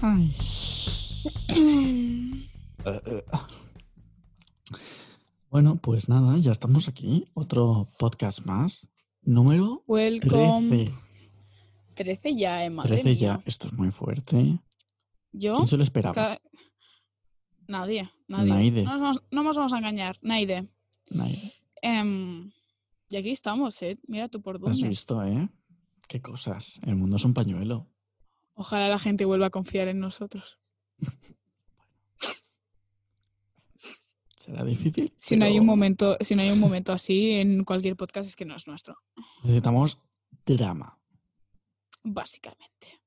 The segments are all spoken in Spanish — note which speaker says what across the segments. Speaker 1: Ay. Bueno, pues nada, ya estamos aquí. Otro podcast más. Número
Speaker 2: Welcome.
Speaker 1: 13.
Speaker 2: 13 ya, eh, madre
Speaker 1: 13 ya.
Speaker 2: mía.
Speaker 1: Esto es muy fuerte.
Speaker 2: Yo,
Speaker 1: ¿Quién se lo esperaba?
Speaker 2: ca- nadie, nadie.
Speaker 1: Naide.
Speaker 2: No, nos, vamos- no nos vamos a engañar, Naide.
Speaker 1: Nadie.
Speaker 2: Em, y aquí estamos, eh. Mira tú por
Speaker 1: Has
Speaker 2: dónde.
Speaker 1: visto, ¿eh? Qué cosas. El mundo es un pañuelo.
Speaker 2: Ojalá la gente vuelva a confiar en nosotros.
Speaker 1: Será difícil.
Speaker 2: Si no hay
Speaker 1: pero
Speaker 2: un momento, si no hay un momento así en cualquier podcast es que no es nuestro,
Speaker 1: Necesitamos drama.
Speaker 2: básicamente.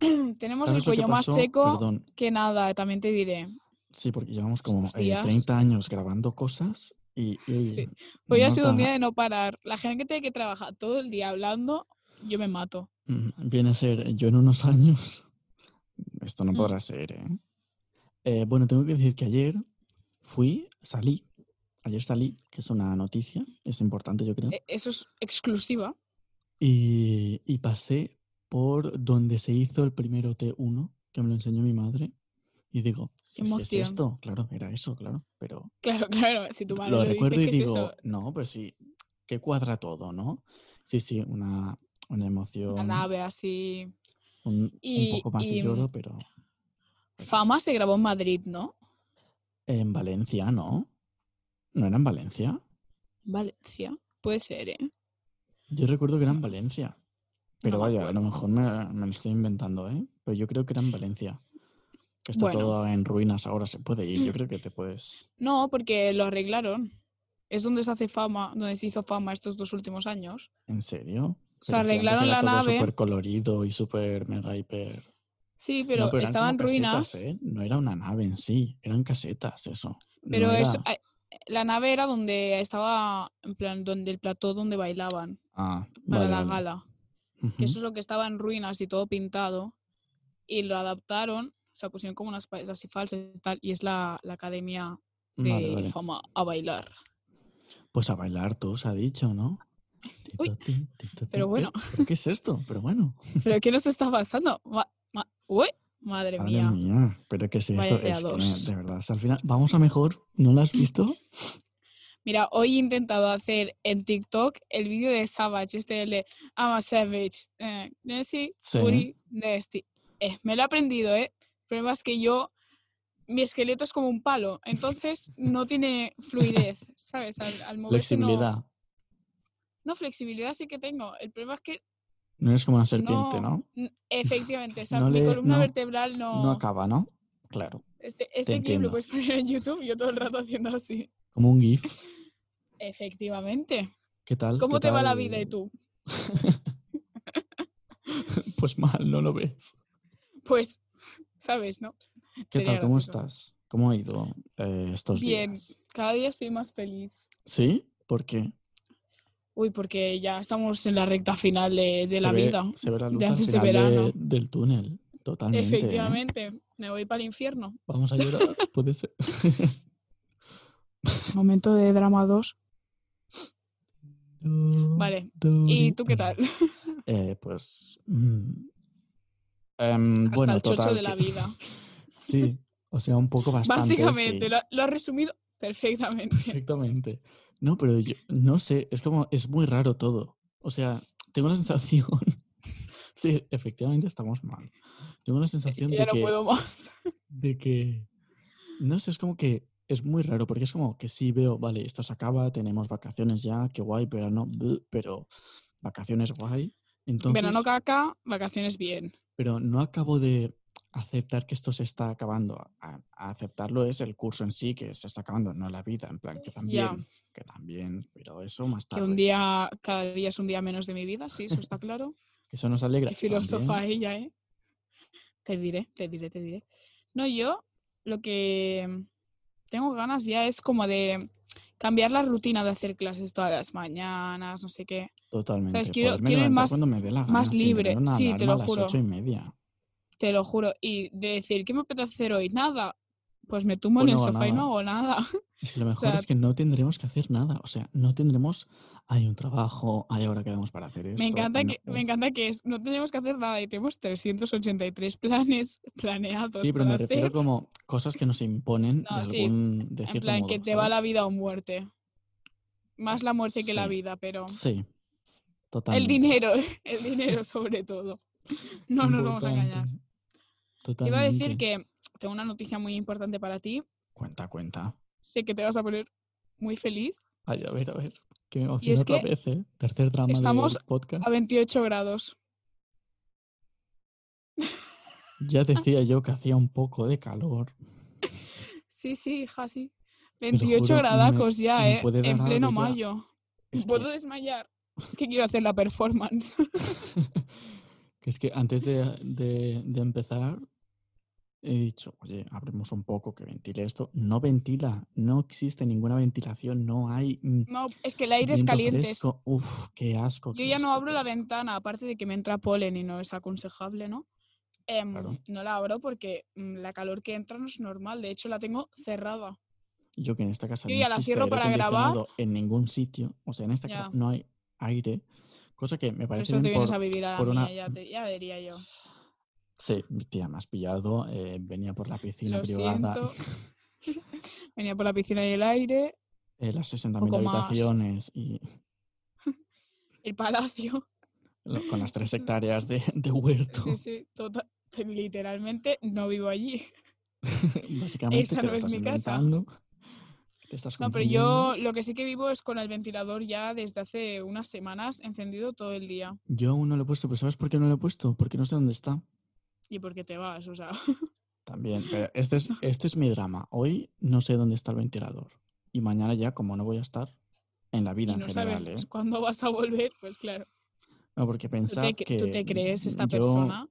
Speaker 2: Tenemos el
Speaker 1: ¿Sabes lo que
Speaker 2: cuello más
Speaker 1: pasó?
Speaker 2: seco
Speaker 1: Perdón.
Speaker 2: que nada, también te diré.
Speaker 1: Sí, porque llevamos como
Speaker 2: Estos
Speaker 1: eh,
Speaker 2: días.
Speaker 1: 30 años grabando cosas y. y
Speaker 2: Sí. Hoy ha
Speaker 1: nos
Speaker 2: sido un
Speaker 1: da-
Speaker 2: día de no parar. La gente que tiene que trabajar todo el día hablando, yo me mato.
Speaker 1: Mm, Viene a ser yo en unos años. Esto no
Speaker 2: Mm.
Speaker 1: podrá ser, ¿eh? Eh, Bueno, tengo que decir que ayer fui, salí. Ayer salí, que es una noticia, es importante, yo creo.
Speaker 2: E- Eso es exclusiva.
Speaker 1: Y, y pasé por donde se hizo el primer OT1, que me lo enseñó mi madre. Y digo,
Speaker 2: Qué
Speaker 1: "Es que es
Speaker 2: emoción.
Speaker 1: esto, claro, era eso, claro. Pero
Speaker 2: Claro, claro. Si tu madre
Speaker 1: lo
Speaker 2: dice,
Speaker 1: recuerdo y
Speaker 2: ¿qué es
Speaker 1: digo,
Speaker 2: eso?
Speaker 1: no, pues sí, que cuadra todo, ¿no? Sí, sí, una, una
Speaker 2: Una
Speaker 1: emoción.
Speaker 2: nave así.
Speaker 1: Un, un
Speaker 2: Y-
Speaker 1: poco más y
Speaker 2: y, mm,
Speaker 1: lloro, pero
Speaker 2: Fama se grabó en Madrid, ¿no?
Speaker 1: en Valencia, ¿no? ¿No era en Valencia?
Speaker 2: En Valencia. Puede ser, ¿eh?
Speaker 1: Yo recuerdo que era en Valencia. Pero
Speaker 2: me
Speaker 1: vaya, a
Speaker 2: acuerdo.
Speaker 1: lo mejor me, me lo estoy inventando, ¿eh? Pero yo creo que era en Valencia. Que está
Speaker 2: Bueno.
Speaker 1: todo en ruinas, ahora se puede ir. Yo creo que te puedes...
Speaker 2: No, porque lo arreglaron. Es donde se hace fama, donde se hizo fama estos dos últimos años.
Speaker 1: ¿En serio? Pero
Speaker 2: Se
Speaker 1: si antes
Speaker 2: arreglaron
Speaker 1: era
Speaker 2: la
Speaker 1: todo
Speaker 2: nave.
Speaker 1: súper colorido y súper mega hiper...
Speaker 2: Sí,
Speaker 1: No,
Speaker 2: pero,
Speaker 1: eran
Speaker 2: estaba en
Speaker 1: como casetas,
Speaker 2: ruinas.
Speaker 1: ¿eh? No era una nave en sí, eran casetas, eso. No
Speaker 2: Pero eso,
Speaker 1: era-
Speaker 2: a- la nave era donde estaba, en plan, donde el plató donde bailaban
Speaker 1: Ah,
Speaker 2: para
Speaker 1: vale,
Speaker 2: la
Speaker 1: vale.
Speaker 2: gala.
Speaker 1: Ujú.
Speaker 2: que eso es lo que estaba en ruinas y todo pintado, y lo adaptaron, o sea, pusieron como unas paredes así falsas y tal, y es la, la academia de
Speaker 1: Vale, vale.
Speaker 2: fama a bailar.
Speaker 1: Pues a bailar tú, se ha dicho, ¿no?
Speaker 2: Uy,
Speaker 1: Tito, tin, tito,
Speaker 2: pero
Speaker 1: tin. Eh,
Speaker 2: bueno.
Speaker 1: ¿pero ¿Qué es esto? Pero bueno.
Speaker 2: ¿Pero qué nos está pasando? Ma- ma- uy, madre
Speaker 1: Madre
Speaker 2: mía.
Speaker 1: mía, pero que si esto
Speaker 2: Vaya
Speaker 1: es que no,
Speaker 2: dos.
Speaker 1: de verdad, si al final vamos a mejor, ¿no lo has visto?
Speaker 2: Mira, hoy he intentado hacer en TikTok el vídeo de Savage, este el de I'm a Savage, eh, Nancy,
Speaker 1: Sí.
Speaker 2: Uri, Nasty. Eh, me lo he aprendido, ¿eh? El problema es que yo, mi esqueleto es como un palo, entonces no tiene fluidez, ¿sabes? Al, al moverse no-
Speaker 1: Flexibilidad.
Speaker 2: No, flexibilidad sí que tengo. El problema es que
Speaker 1: No eres como una serpiente, ¿no?
Speaker 2: no, n- efectivamente, o sea,
Speaker 1: No
Speaker 2: mi
Speaker 1: le-
Speaker 2: columna
Speaker 1: no-
Speaker 2: vertebral no.
Speaker 1: No acaba, ¿no? Claro.
Speaker 2: este este clip
Speaker 1: entiendo.
Speaker 2: lo puedes poner en YouTube, yo todo el rato haciendo así.
Speaker 1: Como un GIF.
Speaker 2: Efectivamente.
Speaker 1: ¿Qué tal?
Speaker 2: ¿Cómo
Speaker 1: Pues ¿Qué
Speaker 2: te va la
Speaker 1: tal?
Speaker 2: vida y tú?
Speaker 1: Pues mal, no lo ves.
Speaker 2: Pues, sabes, ¿no?
Speaker 1: ¿Qué
Speaker 2: Sería
Speaker 1: tal? ¿Cómo
Speaker 2: gracioso.
Speaker 1: estás? ¿Cómo ha ido eh, estos
Speaker 2: Bien.
Speaker 1: días?
Speaker 2: Cada día estoy más feliz.
Speaker 1: ¿Sí? ¿Por qué?
Speaker 2: Uy, porque ya estamos en la recta final de, de
Speaker 1: Se
Speaker 2: la
Speaker 1: ve-
Speaker 2: vida.
Speaker 1: Se ve la
Speaker 2: de
Speaker 1: luz al
Speaker 2: antes de
Speaker 1: final de-
Speaker 2: verano.
Speaker 1: del túnel. Totalmente. ¿eh?
Speaker 2: Efectivamente. Me voy para el infierno.
Speaker 1: Vamos a llorar, puede ser.
Speaker 2: Momento de drama 2. Vale,
Speaker 1: Do,
Speaker 2: ¿Y
Speaker 1: do,
Speaker 2: tú qué
Speaker 1: mi.
Speaker 2: tal?
Speaker 1: Eh, pues. mm, em,
Speaker 2: Hasta
Speaker 1: bueno,
Speaker 2: el chocho
Speaker 1: total,
Speaker 2: de la
Speaker 1: que-
Speaker 2: vida.
Speaker 1: Sí, o sea, un poco bastante. sí,
Speaker 2: Básicamente, lo, lo has resumido perfectamente.
Speaker 1: perfectamente. No, pero yo no sé, es como, es muy raro todo. O sea, tengo la sensación. sí, efectivamente estamos mal. Tengo la sensación
Speaker 2: Ya
Speaker 1: de
Speaker 2: no
Speaker 1: que,
Speaker 2: puedo más.
Speaker 1: de que. No sé, es como que es muy raro, porque es como que sí veo, vale, esto se acaba, tenemos vacaciones ya, qué guay, pero no, pero vacaciones guay. Entonces,
Speaker 2: Verano caca, vacaciones bien.
Speaker 1: pero no acabo de aceptar que esto se está acabando. A, a aceptarlo es el curso en sí, que se está acabando, no la vida, en plan, que también, que también, pero eso más
Speaker 2: Que
Speaker 1: tarde.
Speaker 2: un día, cada día es un día menos de mi vida, sí, eso está claro.
Speaker 1: Eso nos alegra.
Speaker 2: Qué filósofa
Speaker 1: también.
Speaker 2: ella, ¿eh? Te diré, te diré, te diré. No, yo lo que tengo ganas ya es como de cambiar la rutina de hacer clases todas las mañanas, no sé qué.
Speaker 1: Totalmente.
Speaker 2: Quiero-
Speaker 1: poderme
Speaker 2: quiero ir
Speaker 1: levantar
Speaker 2: más-
Speaker 1: cuando me dé la gana,
Speaker 2: más
Speaker 1: sin tener
Speaker 2: libre.
Speaker 1: una
Speaker 2: Sí, te
Speaker 1: alarma
Speaker 2: lo
Speaker 1: A las ocho
Speaker 2: juro.
Speaker 1: y media.
Speaker 2: Te lo juro. Y de decir, ¿qué me apetece hacer hoy? Nada. pues me tumbo en
Speaker 1: Pues
Speaker 2: el
Speaker 1: no hago
Speaker 2: sofá y no
Speaker 1: nada.
Speaker 2: hago nada.
Speaker 1: Y si lo mejor
Speaker 2: sea-
Speaker 1: es que no tendremos que hacer nada. O sea, no tendremos. Hay un trabajo, hay ahora quedamos para hacer esto.
Speaker 2: Me encanta,
Speaker 1: hay no-
Speaker 2: que, me encanta que es- no tenemos que hacer nada y tenemos 383 planes planeados.
Speaker 1: Sí, pero
Speaker 2: para
Speaker 1: me
Speaker 2: hacer,
Speaker 1: refiero como cosas que nos imponen
Speaker 2: No,
Speaker 1: de
Speaker 2: sí.
Speaker 1: algún. De
Speaker 2: en
Speaker 1: cierto
Speaker 2: plan
Speaker 1: modo,
Speaker 2: que te va
Speaker 1: ¿sabes?
Speaker 2: la vida o muerte. Más la muerte que la
Speaker 1: Sí.
Speaker 2: vida, pero
Speaker 1: Sí.
Speaker 2: el
Speaker 1: Totalmente.
Speaker 2: dinero, el dinero sobre todo. No nos vamos a engañar.
Speaker 1: Importante.
Speaker 2: Te iba a decir
Speaker 1: Totalmente.
Speaker 2: que tengo una noticia muy importante para ti.
Speaker 1: Cuenta, cuenta.
Speaker 2: Sé que te vas a poner muy feliz.
Speaker 1: Ay, a ver, a ver. Que me
Speaker 2: es
Speaker 1: emociono otra
Speaker 2: que
Speaker 1: vez, ¿eh? Tercer drama
Speaker 2: estamos
Speaker 1: del podcast.
Speaker 2: A 28 grados.
Speaker 1: Ya decía yo que hacía un poco de calor.
Speaker 2: Sí, sí, hija, sí.
Speaker 1: lo
Speaker 2: 28
Speaker 1: juro, me-
Speaker 2: gradacos ya,
Speaker 1: me
Speaker 2: ¿eh?
Speaker 1: puede
Speaker 2: En
Speaker 1: dar
Speaker 2: pleno
Speaker 1: algo ya.
Speaker 2: mayo.
Speaker 1: Es que-
Speaker 2: Puedo desmayar. Es que quiero hacer la performance.
Speaker 1: que es que antes de, de- de empezar he dicho, oye, abremos un poco que ventile esto. No ventila, no existe ninguna ventilación, no hay mm,
Speaker 2: No, es que el aire es
Speaker 1: viento
Speaker 2: caliente. es-
Speaker 1: fresco. Uf, qué asco.
Speaker 2: Yo
Speaker 1: qué
Speaker 2: ya no
Speaker 1: asco,
Speaker 2: abro
Speaker 1: qué
Speaker 2: la
Speaker 1: asco.
Speaker 2: ventana, aparte de que me entra polen y no es aconsejable, ¿no? Em,
Speaker 1: Claro.
Speaker 2: No la abro porque mm, la calor que entra no es normal. De hecho, la tengo cerrada.
Speaker 1: Yo que en esta casa
Speaker 2: Yo
Speaker 1: no
Speaker 2: ya la
Speaker 1: existe
Speaker 2: cierro
Speaker 1: aire
Speaker 2: para grabar.
Speaker 1: acondicionado en ningún sitio, o sea, en esta casa
Speaker 2: Ya.
Speaker 1: no hay aire, cosa que me
Speaker 2: Por
Speaker 1: parece
Speaker 2: eso te
Speaker 1: bien
Speaker 2: vienes
Speaker 1: por...
Speaker 2: a vivir a la
Speaker 1: por
Speaker 2: mía,
Speaker 1: una-
Speaker 2: ya, te- ya diría yo.
Speaker 1: Sí, tía, me has pillado, eh, venía por la piscina
Speaker 2: Lo
Speaker 1: privada,
Speaker 2: siento. Venía por la piscina y el aire,
Speaker 1: eh, las 60.000
Speaker 2: Poco más.
Speaker 1: habitaciones y
Speaker 2: el palacio.
Speaker 1: lo- con las 3
Speaker 2: Sí.
Speaker 1: hectáreas de, de huerto.
Speaker 2: Sí, sí, tota- Literalmente no vivo allí.
Speaker 1: Básicamente
Speaker 2: Esa
Speaker 1: te
Speaker 2: no
Speaker 1: lo
Speaker 2: es
Speaker 1: estás
Speaker 2: mi casa.
Speaker 1: inventando. Te estás
Speaker 2: No, pero
Speaker 1: confundiendo.
Speaker 2: yo lo que sí que vivo es con el ventilador ya desde hace unas semanas encendido todo el día.
Speaker 1: Yo aún no lo he puesto, pero ¿sabes por qué no lo he puesto? Porque no sé dónde está.
Speaker 2: Y porque te vas, o sea.
Speaker 1: También, pero este es, este es mi drama. Hoy no sé dónde está el ventilador. Y mañana ya, como no voy a estar en la vida
Speaker 2: y
Speaker 1: en
Speaker 2: no
Speaker 1: general,
Speaker 2: sabes
Speaker 1: ¿eh?
Speaker 2: cuándo vas a volver, pues claro.
Speaker 1: No, porque
Speaker 2: ¿Tú te,
Speaker 1: pensad
Speaker 2: cre-
Speaker 1: que mm,
Speaker 2: tú te crees esta
Speaker 1: yo-
Speaker 2: persona?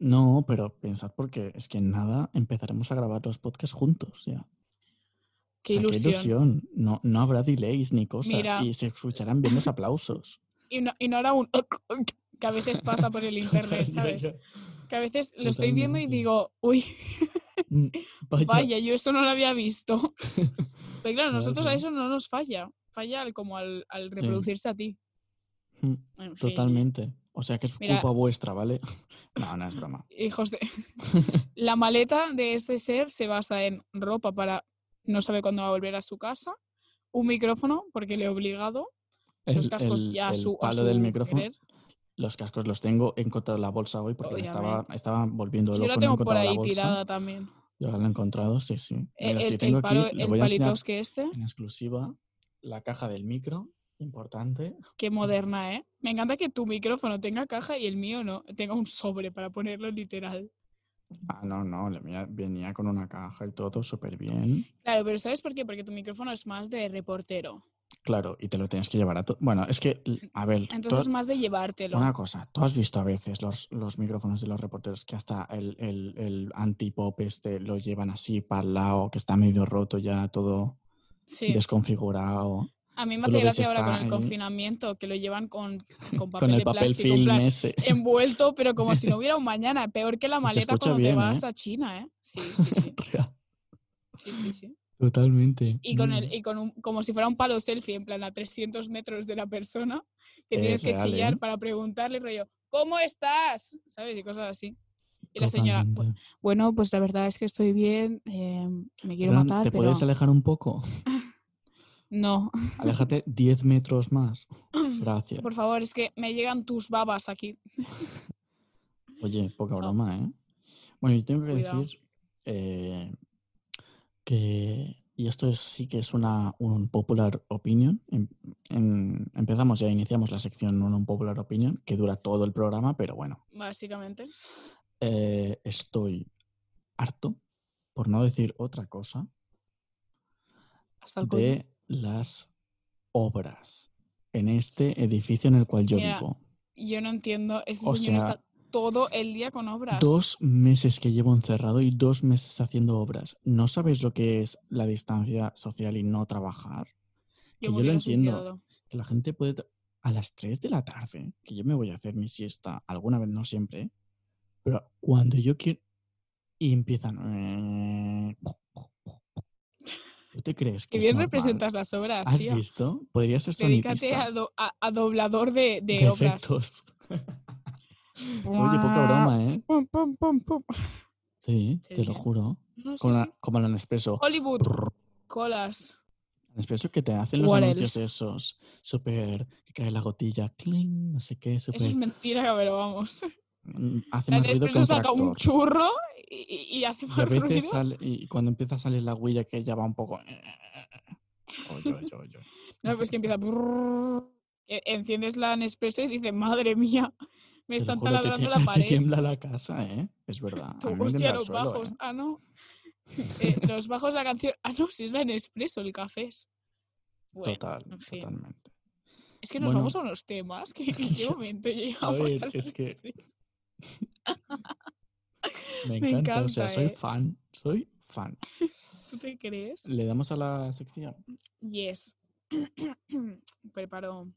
Speaker 1: No, pero pensad porque es que en nada empezaremos a grabar los podcasts juntos ya.
Speaker 2: Qué
Speaker 1: O sea,
Speaker 2: ilusión.
Speaker 1: ilusión. No, no habrá delays ni cosas.
Speaker 2: Mira.
Speaker 1: Y se escucharán bien los aplausos.
Speaker 2: Y no, y no hará un que a veces pasa por el internet,
Speaker 1: Total, ya,
Speaker 2: ¿sabes?
Speaker 1: ya.
Speaker 2: Que a veces lo estoy viendo y
Speaker 1: Totalmente.
Speaker 2: digo, uy,
Speaker 1: Mm, Vaya,
Speaker 2: vaya, yo eso no lo había visto. Pero claro, nosotros a
Speaker 1: Claro.
Speaker 2: eso no nos falla. Falla al- como al, al reproducirse a ti.
Speaker 1: mm,
Speaker 2: En fin,
Speaker 1: totalmente. O sea que es
Speaker 2: Mira.
Speaker 1: culpa vuestra, ¿vale? No, no es broma.
Speaker 2: Hijos de. La maleta de este ser se basa en ropa para no sabe cuándo va a volver a su casa, un micrófono porque le he obligado, los
Speaker 1: El-
Speaker 2: cascos
Speaker 1: el-
Speaker 2: ya a
Speaker 1: el
Speaker 2: su, a
Speaker 1: palo del
Speaker 2: su
Speaker 1: micrófono.
Speaker 2: querer.
Speaker 1: Los cascos los tengo, he encontrado la bolsa hoy porque me estaba,
Speaker 2: Obviamente.
Speaker 1: estaba volviendo loco,
Speaker 2: Yo la
Speaker 1: no he
Speaker 2: tengo por
Speaker 1: encontrado la
Speaker 2: ahí
Speaker 1: bolsa.
Speaker 2: tirada también.
Speaker 1: Y ahora la he encontrado, sí, sí.
Speaker 2: E-
Speaker 1: Mira,
Speaker 2: el,
Speaker 1: sí,
Speaker 2: el
Speaker 1: tengo
Speaker 2: palo-
Speaker 1: aquí, lo
Speaker 2: el
Speaker 1: voy a enseñar
Speaker 2: palitos que este,
Speaker 1: en exclusiva, la caja del micro, importante.
Speaker 2: qué moderna, ¿eh? Me encanta que tu micrófono tenga caja y el mío no, tenga un sobre para ponerlo literal.
Speaker 1: Ah, no, no, la mía venía con una caja y todo, súper bien.
Speaker 2: Claro, pero ¿sabes por qué? Porque tu micrófono es más de reportero.
Speaker 1: Claro, y te lo tienes que llevar a todo. Bueno, es que, l- a ver,
Speaker 2: Entonces
Speaker 1: to-
Speaker 2: más de llevártelo.
Speaker 1: Una cosa, tú has visto a veces los, los micrófonos de los reporteros que hasta el, el, el antipop este lo llevan así para el lado, que está medio roto ya, todo
Speaker 2: Sí.
Speaker 1: desconfigurado.
Speaker 2: A mí me
Speaker 1: tú lo
Speaker 2: hace
Speaker 1: ves,
Speaker 2: gracia ahora con
Speaker 1: está
Speaker 2: el
Speaker 1: ahí.
Speaker 2: confinamiento, que lo llevan con, con papel
Speaker 1: Con el
Speaker 2: de
Speaker 1: papel
Speaker 2: plástico, en
Speaker 1: film ¿eh?
Speaker 2: plan,
Speaker 1: ese.
Speaker 2: envuelto, pero como si no hubiera un mañana. Peor que la maleta
Speaker 1: escucha
Speaker 2: cuando te
Speaker 1: bien,
Speaker 2: vas
Speaker 1: ¿eh?
Speaker 2: a China, ¿eh? Sí, sí, sí.
Speaker 1: Real.
Speaker 2: sí, sí, sí.
Speaker 1: Totalmente.
Speaker 2: Y, con el,
Speaker 1: Mm.
Speaker 2: y con un- como si fuera un palo selfie, en plan a 300 metros de la persona, que
Speaker 1: Eh,
Speaker 2: tienes que
Speaker 1: real,
Speaker 2: chillar
Speaker 1: ¿eh?
Speaker 2: para preguntarle, rollo, ¿cómo estás? ¿Sabes? Y cosas así. Y la señora, "Bu-
Speaker 1: Totalmente.
Speaker 2: bueno, pues la verdad es que estoy bien, eh, me quiero
Speaker 1: Perdón,
Speaker 2: matar,
Speaker 1: ¿te
Speaker 2: pero
Speaker 1: puedes alejar un poco?
Speaker 2: no.
Speaker 1: Aléjate 10 metros más. Gracias.
Speaker 2: Por favor, es que me llegan tus babas aquí.
Speaker 1: Oye, poca
Speaker 2: No.
Speaker 1: broma, ¿eh? Bueno, yo tengo que
Speaker 2: Cuidado.
Speaker 1: decir eh, que, y esto es- sí que es una un popular opinion, em- em- empezamos ya, iniciamos la sección un popular opinion, que dura todo el programa, pero bueno,
Speaker 2: Básicamente.
Speaker 1: eh, estoy harto, por no decir otra cosa,
Speaker 2: Hasta el cuello.
Speaker 1: de las obras en este edificio en el cual yo
Speaker 2: Mira,
Speaker 1: vivo.
Speaker 2: Yo no entiendo. Ese
Speaker 1: O
Speaker 2: señor
Speaker 1: sea,
Speaker 2: está todo el día con obras.
Speaker 1: Dos meses que llevo encerrado y dos meses haciendo obras. ¿No sabéis lo que es la distancia social y no trabajar? que
Speaker 2: me
Speaker 1: yo lo
Speaker 2: hubiera
Speaker 1: entiendo.
Speaker 2: suicidado.
Speaker 1: Que la gente puede... tra- A las 3 de la tarde, que yo me voy a hacer mi siesta, alguna vez, no siempre, pero cuando yo quiero... y empiezan. eh, ¿Tú te crees que
Speaker 2: Que
Speaker 1: es
Speaker 2: bien
Speaker 1: normal?
Speaker 2: representas las obras,
Speaker 1: ¿Has
Speaker 2: tío.
Speaker 1: visto? Podrías ser
Speaker 2: Dedícate
Speaker 1: sonidista
Speaker 2: a, do- a- a doblador de, de
Speaker 1: de
Speaker 2: obras.
Speaker 1: efectos. Oye, poca broma, ¿eh?
Speaker 2: Pum, pum, pum, pum.
Speaker 1: Sí, te lo
Speaker 2: Sevilla.
Speaker 1: juro.
Speaker 2: No, sí,
Speaker 1: Como, la-
Speaker 2: sí.
Speaker 1: como la Nespresso.
Speaker 2: Hollywood,
Speaker 1: Brrr.
Speaker 2: colas.
Speaker 1: Nespresso que te hacen los
Speaker 2: What
Speaker 1: anuncios
Speaker 2: else?
Speaker 1: esos. Súper. Que cae la gotilla. Cling, no sé qué. Súper.
Speaker 2: Eso es mentira, pero vamos.
Speaker 1: mm, Hace
Speaker 2: La
Speaker 1: más ruido que un
Speaker 2: Nespresso saca un
Speaker 1: tractor.
Speaker 2: churro y, y- y hace
Speaker 1: Y a
Speaker 2: más ruido.
Speaker 1: veces sale, y cuando empieza a salir la huella que ya va un poco. Oye, oye, oye.
Speaker 2: No, pues que empieza. brrrr. E- Enciendes la Nespresso y dices, madre mía, me
Speaker 1: Te lo
Speaker 2: están
Speaker 1: juro, te
Speaker 2: taladrando
Speaker 1: tie-
Speaker 2: la
Speaker 1: Te
Speaker 2: pared.
Speaker 1: tiembla la casa, ¿eh? Es verdad.
Speaker 2: Tú,
Speaker 1: a mí me tiembla
Speaker 2: hostia,
Speaker 1: el
Speaker 2: los
Speaker 1: suelo,
Speaker 2: bajos.
Speaker 1: ¿eh?
Speaker 2: Ah, no. Eh, los bajos la canción. Ah, no, si es la Nespresso, el café es. Bueno,
Speaker 1: Total,
Speaker 2: en fin.
Speaker 1: totalmente.
Speaker 2: Es que nos
Speaker 1: Bueno.
Speaker 2: vamos a unos temas. que ¿En qué
Speaker 1: Yo-
Speaker 2: momento llegamos a,
Speaker 1: ver,
Speaker 2: la
Speaker 1: es que-
Speaker 2: Nespresso?
Speaker 1: Me encanta,
Speaker 2: Me
Speaker 1: o sea,
Speaker 2: encanta,
Speaker 1: soy
Speaker 2: ¿eh?
Speaker 1: fan, soy fan.
Speaker 2: ¿Tú te crees?
Speaker 1: ¿Le damos a la sección?
Speaker 2: Yes. Preparo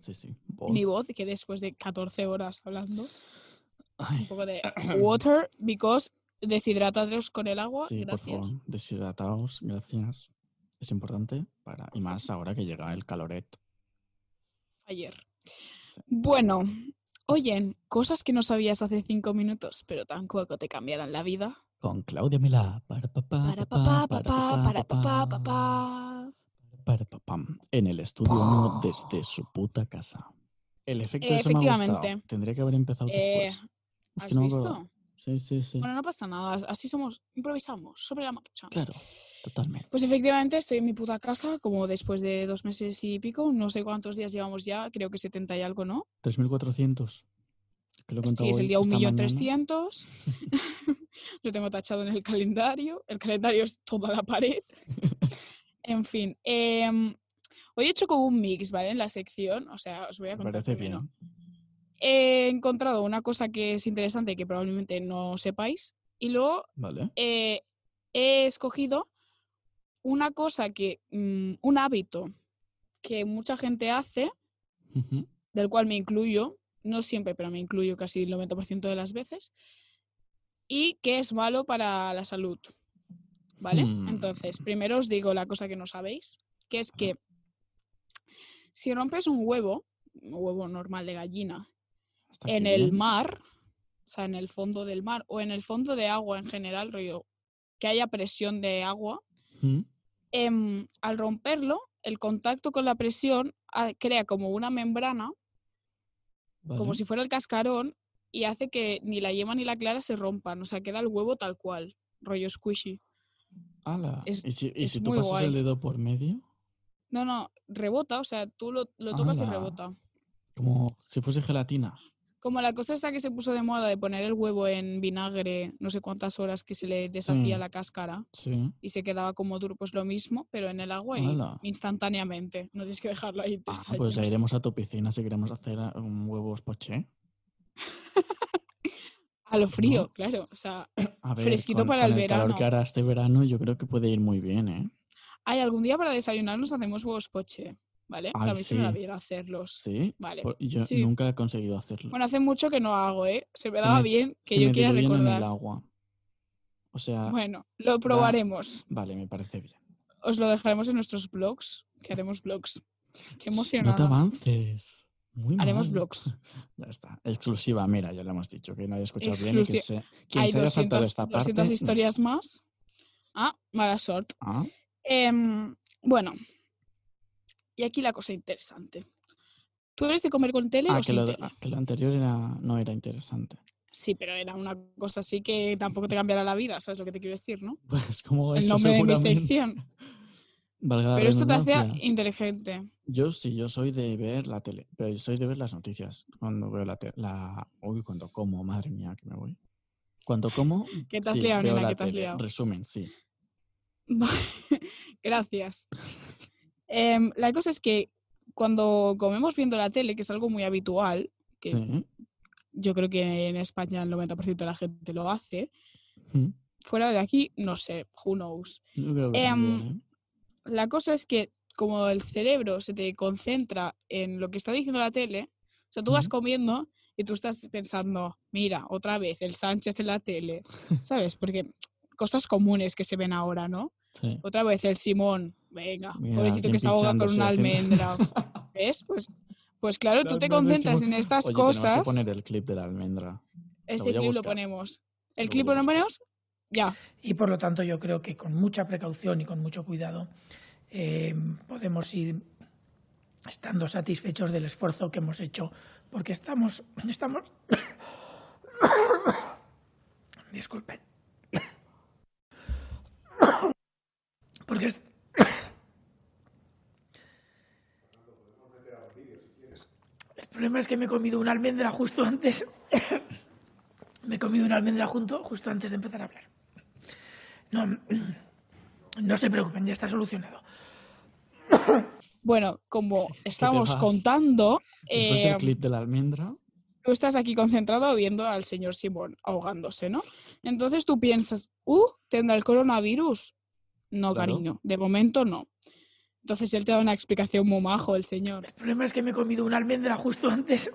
Speaker 1: Sí, sí.
Speaker 2: mi voz, que después de 14 horas hablando,
Speaker 1: Ay,
Speaker 2: un poco de water, because deshidratados con el agua.
Speaker 1: sí, por
Speaker 2: gracias.
Speaker 1: favor, deshidrataos, gracias. Es importante para y más ahora que llega el caloret.
Speaker 2: Ayer.
Speaker 1: Sí.
Speaker 2: Bueno, oyen, cosas que no sabías hace 5 minutos, pero tampoco te cambiarán la vida.
Speaker 1: Con Claudia Milá. Para papá,
Speaker 2: Para papá, papá, para
Speaker 1: papá,
Speaker 2: papá, papá.
Speaker 1: para papam, En el estudio uno desde su puta casa. El efecto eso me ha gustado.
Speaker 2: Efectivamente.
Speaker 1: Tendría que haber empezado
Speaker 2: Eh,
Speaker 1: después. Es que
Speaker 2: ¿Has
Speaker 1: no me acuerdo.
Speaker 2: visto?
Speaker 1: Sí, sí, sí.
Speaker 2: Bueno, no pasa nada, así somos, improvisamos sobre la marcha.
Speaker 1: Claro, totalmente.
Speaker 2: Pues efectivamente estoy en mi puta casa, como después de dos meses y pico, no sé cuántos días llevamos ya, creo que 70 y algo, ¿no?
Speaker 1: 3.400. Que lo he contado
Speaker 2: Sí, es el
Speaker 1: hoy,
Speaker 2: día
Speaker 1: esta mañana.
Speaker 2: 1.300.000. Lo tengo tachado en el calendario. El calendario es toda la pared. En fin. em, hoy he hecho como un mix, ¿vale? En la sección. O sea, os voy a
Speaker 1: Me
Speaker 2: contar
Speaker 1: parece
Speaker 2: primero.
Speaker 1: bien.
Speaker 2: He encontrado una cosa que es interesante que probablemente no sepáis. Y luego
Speaker 1: Vale.
Speaker 2: eh, he escogido una cosa que. mm, un hábito que mucha gente hace,
Speaker 1: Ujú.
Speaker 2: del cual me incluyo, no siempre, pero me incluyo casi el 90% de las veces, y que es malo para la salud. ¿Vale?
Speaker 1: Hmm.
Speaker 2: Entonces, primero os digo la cosa que no sabéis, que es que si rompes un huevo, un huevo normal de gallina,
Speaker 1: Hasta
Speaker 2: en
Speaker 1: aquí
Speaker 2: el
Speaker 1: bien.
Speaker 2: mar, o sea, en el fondo del mar, o en el fondo de agua en general, rollo, que haya presión de agua,
Speaker 1: Ujú.
Speaker 2: em, al romperlo, el contacto con la presión ah, crea como una membrana como
Speaker 1: Vale.
Speaker 2: si fuera el cascarón y hace que ni la yema ni la clara se rompan, o sea, queda el huevo tal cual, rollo squishy.
Speaker 1: Ala,
Speaker 2: es-
Speaker 1: ¿Y si, y
Speaker 2: es
Speaker 1: si tú
Speaker 2: muy
Speaker 1: pasas el
Speaker 2: guay.
Speaker 1: dedo por medio?
Speaker 2: No, no, rebota, o sea, tú lo, lo tocas y
Speaker 1: Ala.
Speaker 2: rebota.
Speaker 1: Como si fuese gelatina.
Speaker 2: Como la cosa esta que se puso de moda de poner el huevo en vinagre no sé cuántas horas que se le deshacía
Speaker 1: Sí.
Speaker 2: la cáscara
Speaker 1: Sí.
Speaker 2: y se quedaba como duro, pues lo mismo, pero en el agua y
Speaker 1: Ala.
Speaker 2: instantáneamente. No tienes que dejarlo ahí
Speaker 1: Ah,
Speaker 2: tres
Speaker 1: pues ya
Speaker 2: años.
Speaker 1: iremos a tu piscina si queremos hacer ah, un huevos poché.
Speaker 2: A lo
Speaker 1: ¿no?
Speaker 2: frío, claro. O sea,
Speaker 1: A ver,
Speaker 2: Fresquito
Speaker 1: con,
Speaker 2: para
Speaker 1: con
Speaker 2: el
Speaker 1: calor que
Speaker 2: verano.
Speaker 1: hará este verano, yo creo que puede ir muy bien, ¿eh?
Speaker 2: hay algún día para desayunar nos hacemos huevos poche, ¿vale?
Speaker 1: Ay,
Speaker 2: a mí se me da
Speaker 1: sí.
Speaker 2: bien hacerlos.
Speaker 1: Sí.
Speaker 2: Vale.
Speaker 1: Por- Yo
Speaker 2: Sí.
Speaker 1: nunca he conseguido hacerlo.
Speaker 2: Bueno, hace mucho que no hago, ¿eh? Se me
Speaker 1: Se
Speaker 2: daba
Speaker 1: me-
Speaker 2: bien que
Speaker 1: Se
Speaker 2: yo
Speaker 1: me
Speaker 2: quiera
Speaker 1: diluyen en el
Speaker 2: recordar.
Speaker 1: agua. O sea,
Speaker 2: Bueno, lo probaremos.
Speaker 1: vale, me parece bien.
Speaker 2: Os lo dejaremos en nuestros blogs, que haremos blogs. Qué
Speaker 1: Shh, No te
Speaker 2: emocionada.
Speaker 1: avances. Muy
Speaker 2: haremos
Speaker 1: mal.
Speaker 2: blogs.
Speaker 1: Ya está. Exclusiva, mira, ya lo hemos dicho, que no haya escuchado bien y
Speaker 2: Exclusi-
Speaker 1: que se, quien
Speaker 2: Hay
Speaker 1: se haya saltado
Speaker 2: 200,
Speaker 1: esta
Speaker 2: 200
Speaker 1: parte.
Speaker 2: historias más. Ah, mala suerte.
Speaker 1: Ah,
Speaker 2: Em, bueno, y aquí la cosa interesante. ¿Tú eres de comer con tele
Speaker 1: ah,
Speaker 2: o
Speaker 1: que,
Speaker 2: sin
Speaker 1: lo,
Speaker 2: tele?
Speaker 1: ah, que lo anterior era, no era interesante.
Speaker 2: Sí, pero era una cosa así que tampoco te cambiará la vida, ¿sabes lo que te quiero decir, no?
Speaker 1: Pues como
Speaker 2: El
Speaker 1: esto
Speaker 2: nombre de mi
Speaker 1: seguramente-
Speaker 2: sección.
Speaker 1: Valga la
Speaker 2: Pero esto te hacía
Speaker 1: redundancia.
Speaker 2: inteligente.
Speaker 1: Yo sí, yo soy de ver la tele, pero soy de ver las noticias. Cuando veo la tele, la... Uy, cuando como, madre mía, que me voy. Cuando como,
Speaker 2: ¿Qué te has
Speaker 1: sí,
Speaker 2: liado,
Speaker 1: veo
Speaker 2: nena?
Speaker 1: la
Speaker 2: ¿Qué te has
Speaker 1: tele.
Speaker 2: liado?
Speaker 1: Resumen, sí.
Speaker 2: Gracias. Em, la cosa es que cuando comemos viendo la tele, que es algo muy habitual, que
Speaker 1: Sí.
Speaker 2: yo creo que en España el 90% de la gente lo hace,
Speaker 1: Mm.
Speaker 2: fuera de aquí, no sé, who knows.
Speaker 1: Yo creo que
Speaker 2: Em,
Speaker 1: también, ¿eh?
Speaker 2: La cosa es que como el cerebro se te concentra en lo que está diciendo la tele, o sea, tú vas
Speaker 1: Ujú.
Speaker 2: comiendo y tú estás pensando, mira, otra vez el Sánchez en la tele, ¿sabes? Porque cosas comunes que se ven ahora, ¿no?
Speaker 1: Sí.
Speaker 2: Otra vez el Simón, venga,
Speaker 1: Mira,
Speaker 2: pobrecito que
Speaker 1: alguien
Speaker 2: se ahoga con
Speaker 1: pinchándose
Speaker 2: una
Speaker 1: haciendo-
Speaker 2: almendra. ¿Ves? Pues, pues claro, tú
Speaker 1: La
Speaker 2: te
Speaker 1: almendra del
Speaker 2: concentras
Speaker 1: Simón.
Speaker 2: en estas
Speaker 1: Oye, tenemos
Speaker 2: cosas.
Speaker 1: que poner el clip de la almendra.
Speaker 2: Ese
Speaker 1: voy a
Speaker 2: clip lo
Speaker 1: buscar.
Speaker 2: ponemos.
Speaker 1: Lo
Speaker 2: El
Speaker 1: voy
Speaker 2: clip
Speaker 1: a
Speaker 2: lo
Speaker 1: buscar.
Speaker 2: ponemos ya.
Speaker 3: y por lo tanto yo creo que con mucha precaución y con mucho cuidado eh, podemos ir estando satisfechos del esfuerzo que hemos hecho porque estamos estamos disculpen porque es- el problema es que me he comido una almendra justo antes me he comido una almendra junto justo antes de empezar a hablar no, no se preocupen, ya está solucionado.
Speaker 2: Bueno, como estamos
Speaker 1: vas.
Speaker 2: contando,
Speaker 1: Después del
Speaker 2: eh,
Speaker 1: clip de la almendra,
Speaker 2: tú estás aquí concentrado viendo al señor Simón ahogándose, ¿no? Entonces tú piensas, uh, ¿tendrá el coronavirus? No,
Speaker 1: Claro.
Speaker 2: cariño, de momento no. Entonces él te da una explicación muy majo, el señor.
Speaker 3: El problema es que me he comido una almendra justo antes.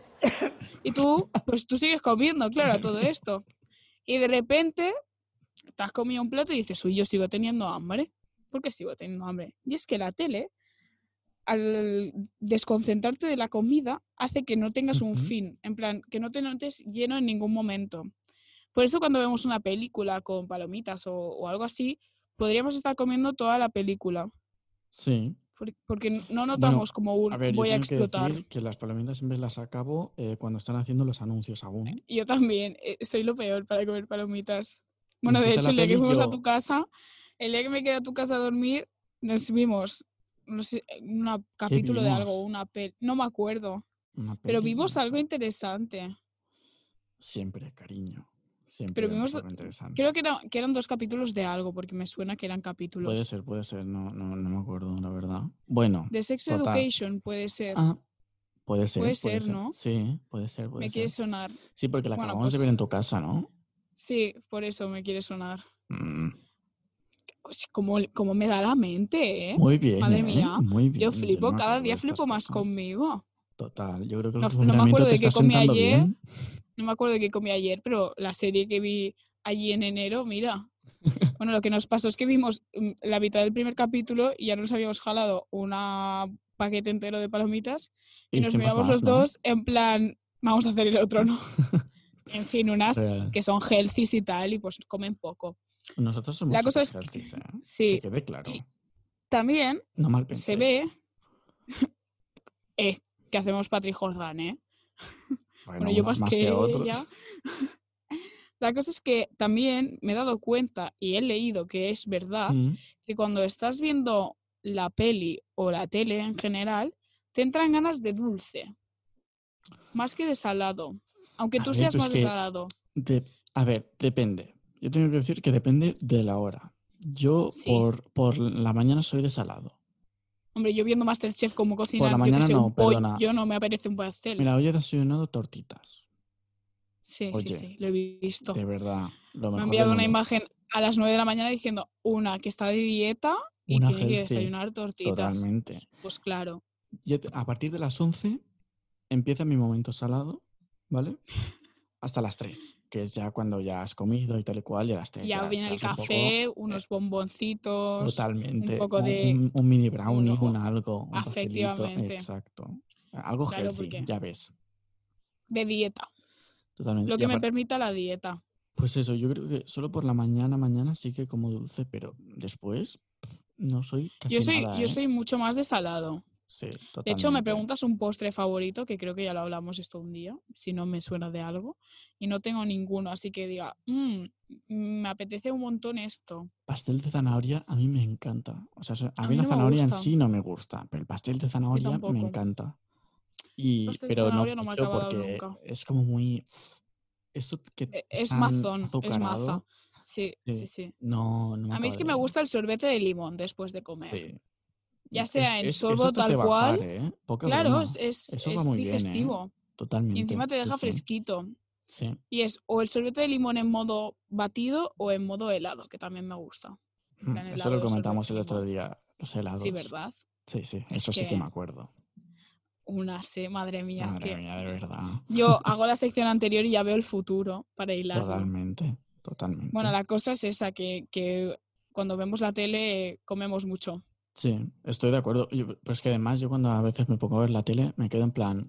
Speaker 2: Y tú, pues tú sigues comiendo, claro, a todo esto. Y de repente te has comido un plato y dices, uy, yo sigo teniendo hambre. ¿Por qué sigo teniendo hambre? Y es que la tele, al desconcentrarte de la comida, hace que no tengas un
Speaker 1: Ujú.
Speaker 2: fin, en plan, que no te notes lleno en ningún momento. Por eso cuando vemos una película con palomitas o, o algo así, podríamos estar comiendo toda la película,
Speaker 1: sí.
Speaker 2: por- porque no notamos como un
Speaker 1: A ver, yo
Speaker 2: voy a
Speaker 1: tengo que
Speaker 2: explotar.
Speaker 1: decir que las palomitas siempre las acabo eh, cuando están haciendo los anuncios aún.
Speaker 2: Yo también, eh, soy lo peor para comer palomitas. Bueno, de
Speaker 1: Empieza
Speaker 2: hecho,
Speaker 1: la
Speaker 2: el día
Speaker 1: peli,
Speaker 2: que fuimos a
Speaker 1: yo-
Speaker 2: tu casa, el día que me quedé a tu casa a dormir, nos vimos, no sé, un capítulo de algo,
Speaker 1: vimos?
Speaker 2: una peli, no me acuerdo,
Speaker 1: Una
Speaker 2: pero
Speaker 1: peli,
Speaker 2: vimos
Speaker 1: no
Speaker 2: algo
Speaker 1: sé.
Speaker 2: interesante.
Speaker 1: Siempre, cariño. Siempre.
Speaker 2: Pero
Speaker 1: vemos
Speaker 2: vimos-
Speaker 1: algo interesante.
Speaker 2: Creo que, era- que eran dos capítulos de algo, porque me suena que eran capítulos.
Speaker 1: Puede ser, puede ser. No, no, no me acuerdo, la verdad. Bueno.
Speaker 2: De Sex
Speaker 1: total.
Speaker 2: Education puede ser,
Speaker 1: Ah, puede ser.
Speaker 2: puede ser, ¿no?
Speaker 1: Sí, puede ser, puede
Speaker 2: me
Speaker 1: ser.
Speaker 2: quiere sonar.
Speaker 1: Sí, porque la
Speaker 2: Bueno,
Speaker 1: acabamos de
Speaker 2: pues-
Speaker 1: ver en tu casa, ¿no?
Speaker 2: Sí, por eso me quiere sonar.
Speaker 1: Mm,
Speaker 2: Ush, Como, como me da la mente, ¿eh?
Speaker 1: muy bien.
Speaker 2: Madre
Speaker 1: ¿eh?
Speaker 2: mía,
Speaker 1: Muy bien.
Speaker 2: Yo
Speaker 1: no
Speaker 2: flipo,
Speaker 1: me
Speaker 2: cada
Speaker 1: acuerdo de
Speaker 2: día
Speaker 1: estas
Speaker 2: flipo más
Speaker 1: cosas.
Speaker 2: conmigo.
Speaker 1: Total, yo creo que el
Speaker 2: No- no me
Speaker 1: confinamiento
Speaker 2: acuerdo
Speaker 1: te
Speaker 2: de qué
Speaker 1: está
Speaker 2: comí
Speaker 1: sentando
Speaker 2: ayer.
Speaker 1: bien.
Speaker 2: No me acuerdo qué comí ayer, pero la serie que vi allí en enero, mira. Bueno, lo que nos pasó es que vimos mm, la mitad del primer capítulo y ya nos habíamos jalado una paquete entero de palomitas y nos
Speaker 1: Hicimos
Speaker 2: miramos
Speaker 1: más,
Speaker 2: los
Speaker 1: ¿no?
Speaker 2: dos en plan, vamos a hacer el otro, ¿no? en fin, unas
Speaker 1: Real.
Speaker 2: que son healthies y tal y pues comen poco.
Speaker 1: Nosotros somos
Speaker 2: La cosa es
Speaker 1: superhealthy,
Speaker 2: que-
Speaker 1: ¿eh?
Speaker 2: Sí,
Speaker 1: Que quede claro.
Speaker 2: y- también
Speaker 1: No mal
Speaker 2: se
Speaker 1: penséis.
Speaker 2: ve eh, que hacemos Patrick Jordan, ¿eh? Bueno, yo
Speaker 1: unos
Speaker 2: más, que, ella. La cosa es que también me he dado cuenta y he leído que es verdad
Speaker 1: Mm,
Speaker 2: que cuando estás viendo la peli o la tele en general, te entran ganas de dulce, más que de salado. Aunque
Speaker 1: A
Speaker 2: tú
Speaker 1: ver,
Speaker 2: seas
Speaker 1: pero es
Speaker 2: más de
Speaker 1: que-
Speaker 2: salado.
Speaker 1: de- a ver, depende. Yo tengo que decir que depende de la hora. Yo
Speaker 2: Sí.
Speaker 1: por, por la mañana soy desalado.
Speaker 2: Hombre, yo viendo Masterchef como cocinar, yo que
Speaker 1: mañana
Speaker 2: sé, un
Speaker 1: no, perdona.
Speaker 2: Yo no me apetece un pastel.
Speaker 1: Mira, hoy he desayunado tortitas.
Speaker 2: sí,
Speaker 1: oye,
Speaker 2: sí, sí, lo he visto.
Speaker 1: De verdad. Lo mejor
Speaker 2: Me ha
Speaker 1: del
Speaker 2: enviado una
Speaker 1: mundo.
Speaker 2: imagen a las 9 de la mañana diciendo una que está de dieta y
Speaker 1: Una
Speaker 2: tiene que
Speaker 1: healthy,
Speaker 2: desayunar tortitas.
Speaker 1: totalmente.
Speaker 2: Pues claro.
Speaker 1: Yo te- a partir de las 11 empieza mi momento salado, ¿vale? Hasta las 3, que es ya cuando ya has comido y tal y cual, y a las 3
Speaker 2: Ya viene el
Speaker 1: estás un poco- eh,
Speaker 2: café, unos bomboncitos.
Speaker 1: totalmente.
Speaker 2: poco de-
Speaker 1: un, un mini brownie,
Speaker 2: uno-
Speaker 1: un algo, un pastelito,
Speaker 2: afectivamente.
Speaker 1: Exacto. Algo
Speaker 2: Claro,
Speaker 1: healthy,
Speaker 2: porque-
Speaker 1: ya ves.
Speaker 2: de dieta.
Speaker 1: Totalmente.
Speaker 2: Lo
Speaker 1: Y
Speaker 2: que me
Speaker 1: apar-
Speaker 2: permita la dieta.
Speaker 1: Pues eso, yo creo que solo por la mañana, mañana sí que como dulce, pero después pf, no soy casi
Speaker 2: Yo soy,
Speaker 1: nada,
Speaker 2: yo
Speaker 1: ¿eh?
Speaker 2: soy mucho más de salado.
Speaker 1: Sí,
Speaker 2: De hecho, me
Speaker 1: totalmente.
Speaker 2: preguntas un postre favorito, que creo que ya lo hablamos esto un día, si no me suena de algo, y no tengo ninguno, así que diga, "Mm, me apetece un montón esto.
Speaker 1: Pastel de zanahoria a mí me encanta. O sea, so- a
Speaker 2: A
Speaker 1: mí,
Speaker 2: mí
Speaker 1: la
Speaker 2: no me
Speaker 1: zanahoria en
Speaker 2: gusta.
Speaker 1: sí no me gusta, pero el pastel de zanahoria
Speaker 2: tampoco.
Speaker 1: me encanta. Y,
Speaker 2: pastel de
Speaker 1: pero no,
Speaker 2: zanahoria no me ha
Speaker 1: mucho
Speaker 2: acabado
Speaker 1: porque
Speaker 2: nunca.
Speaker 1: es como muy... Esto que
Speaker 2: E-
Speaker 1: es
Speaker 2: Es
Speaker 1: tan
Speaker 2: mazón, es maza.
Speaker 1: azucarado,
Speaker 2: Sí,
Speaker 1: Sí.
Speaker 2: sí, sí.
Speaker 1: no, no me
Speaker 2: A mí es
Speaker 1: acaba
Speaker 2: que
Speaker 1: de
Speaker 2: me
Speaker 1: ir.
Speaker 2: gusta el sorbete de limón después de comer.
Speaker 1: Sí.
Speaker 2: Ya
Speaker 1: Es-
Speaker 2: sea en
Speaker 1: es- eso
Speaker 2: sorbo
Speaker 1: te hace
Speaker 2: tal
Speaker 1: bajar,
Speaker 2: cual.
Speaker 1: ¿eh? Poca
Speaker 2: Claro,
Speaker 1: broma.
Speaker 2: es, es-
Speaker 1: Eso va
Speaker 2: es
Speaker 1: muy bien, ¿eh?
Speaker 2: digestivo.
Speaker 1: Totalmente.
Speaker 2: Y encima te
Speaker 1: sí,
Speaker 2: deja
Speaker 1: sí,
Speaker 2: fresquito.
Speaker 1: sí.
Speaker 2: Y es o el sorbete de limón en modo batido o en modo helado, que también me gusta.
Speaker 1: Mm,
Speaker 2: plan
Speaker 1: Eso lo
Speaker 2: helado, sorbete
Speaker 1: comentamos
Speaker 2: de
Speaker 1: el otro
Speaker 2: limón.
Speaker 1: día, los helados.
Speaker 2: Sí, ¿verdad?
Speaker 1: Sí, sí,
Speaker 2: Es
Speaker 1: eso sí que
Speaker 2: que-
Speaker 1: me acuerdo.
Speaker 2: unas, eh, madre mía, es
Speaker 1: Madre
Speaker 2: que
Speaker 1: mía, de verdad.
Speaker 2: yo hago la sección anterior y ya veo el futuro para hilar.
Speaker 1: Totalmente, totalmente.
Speaker 2: Bueno, la cosa es esa, que, que cuando vemos la tele eh, comemos mucho.
Speaker 1: Sí, estoy de acuerdo. Yo- pero es que además yo cuando a veces me pongo a ver la tele me quedo en plan,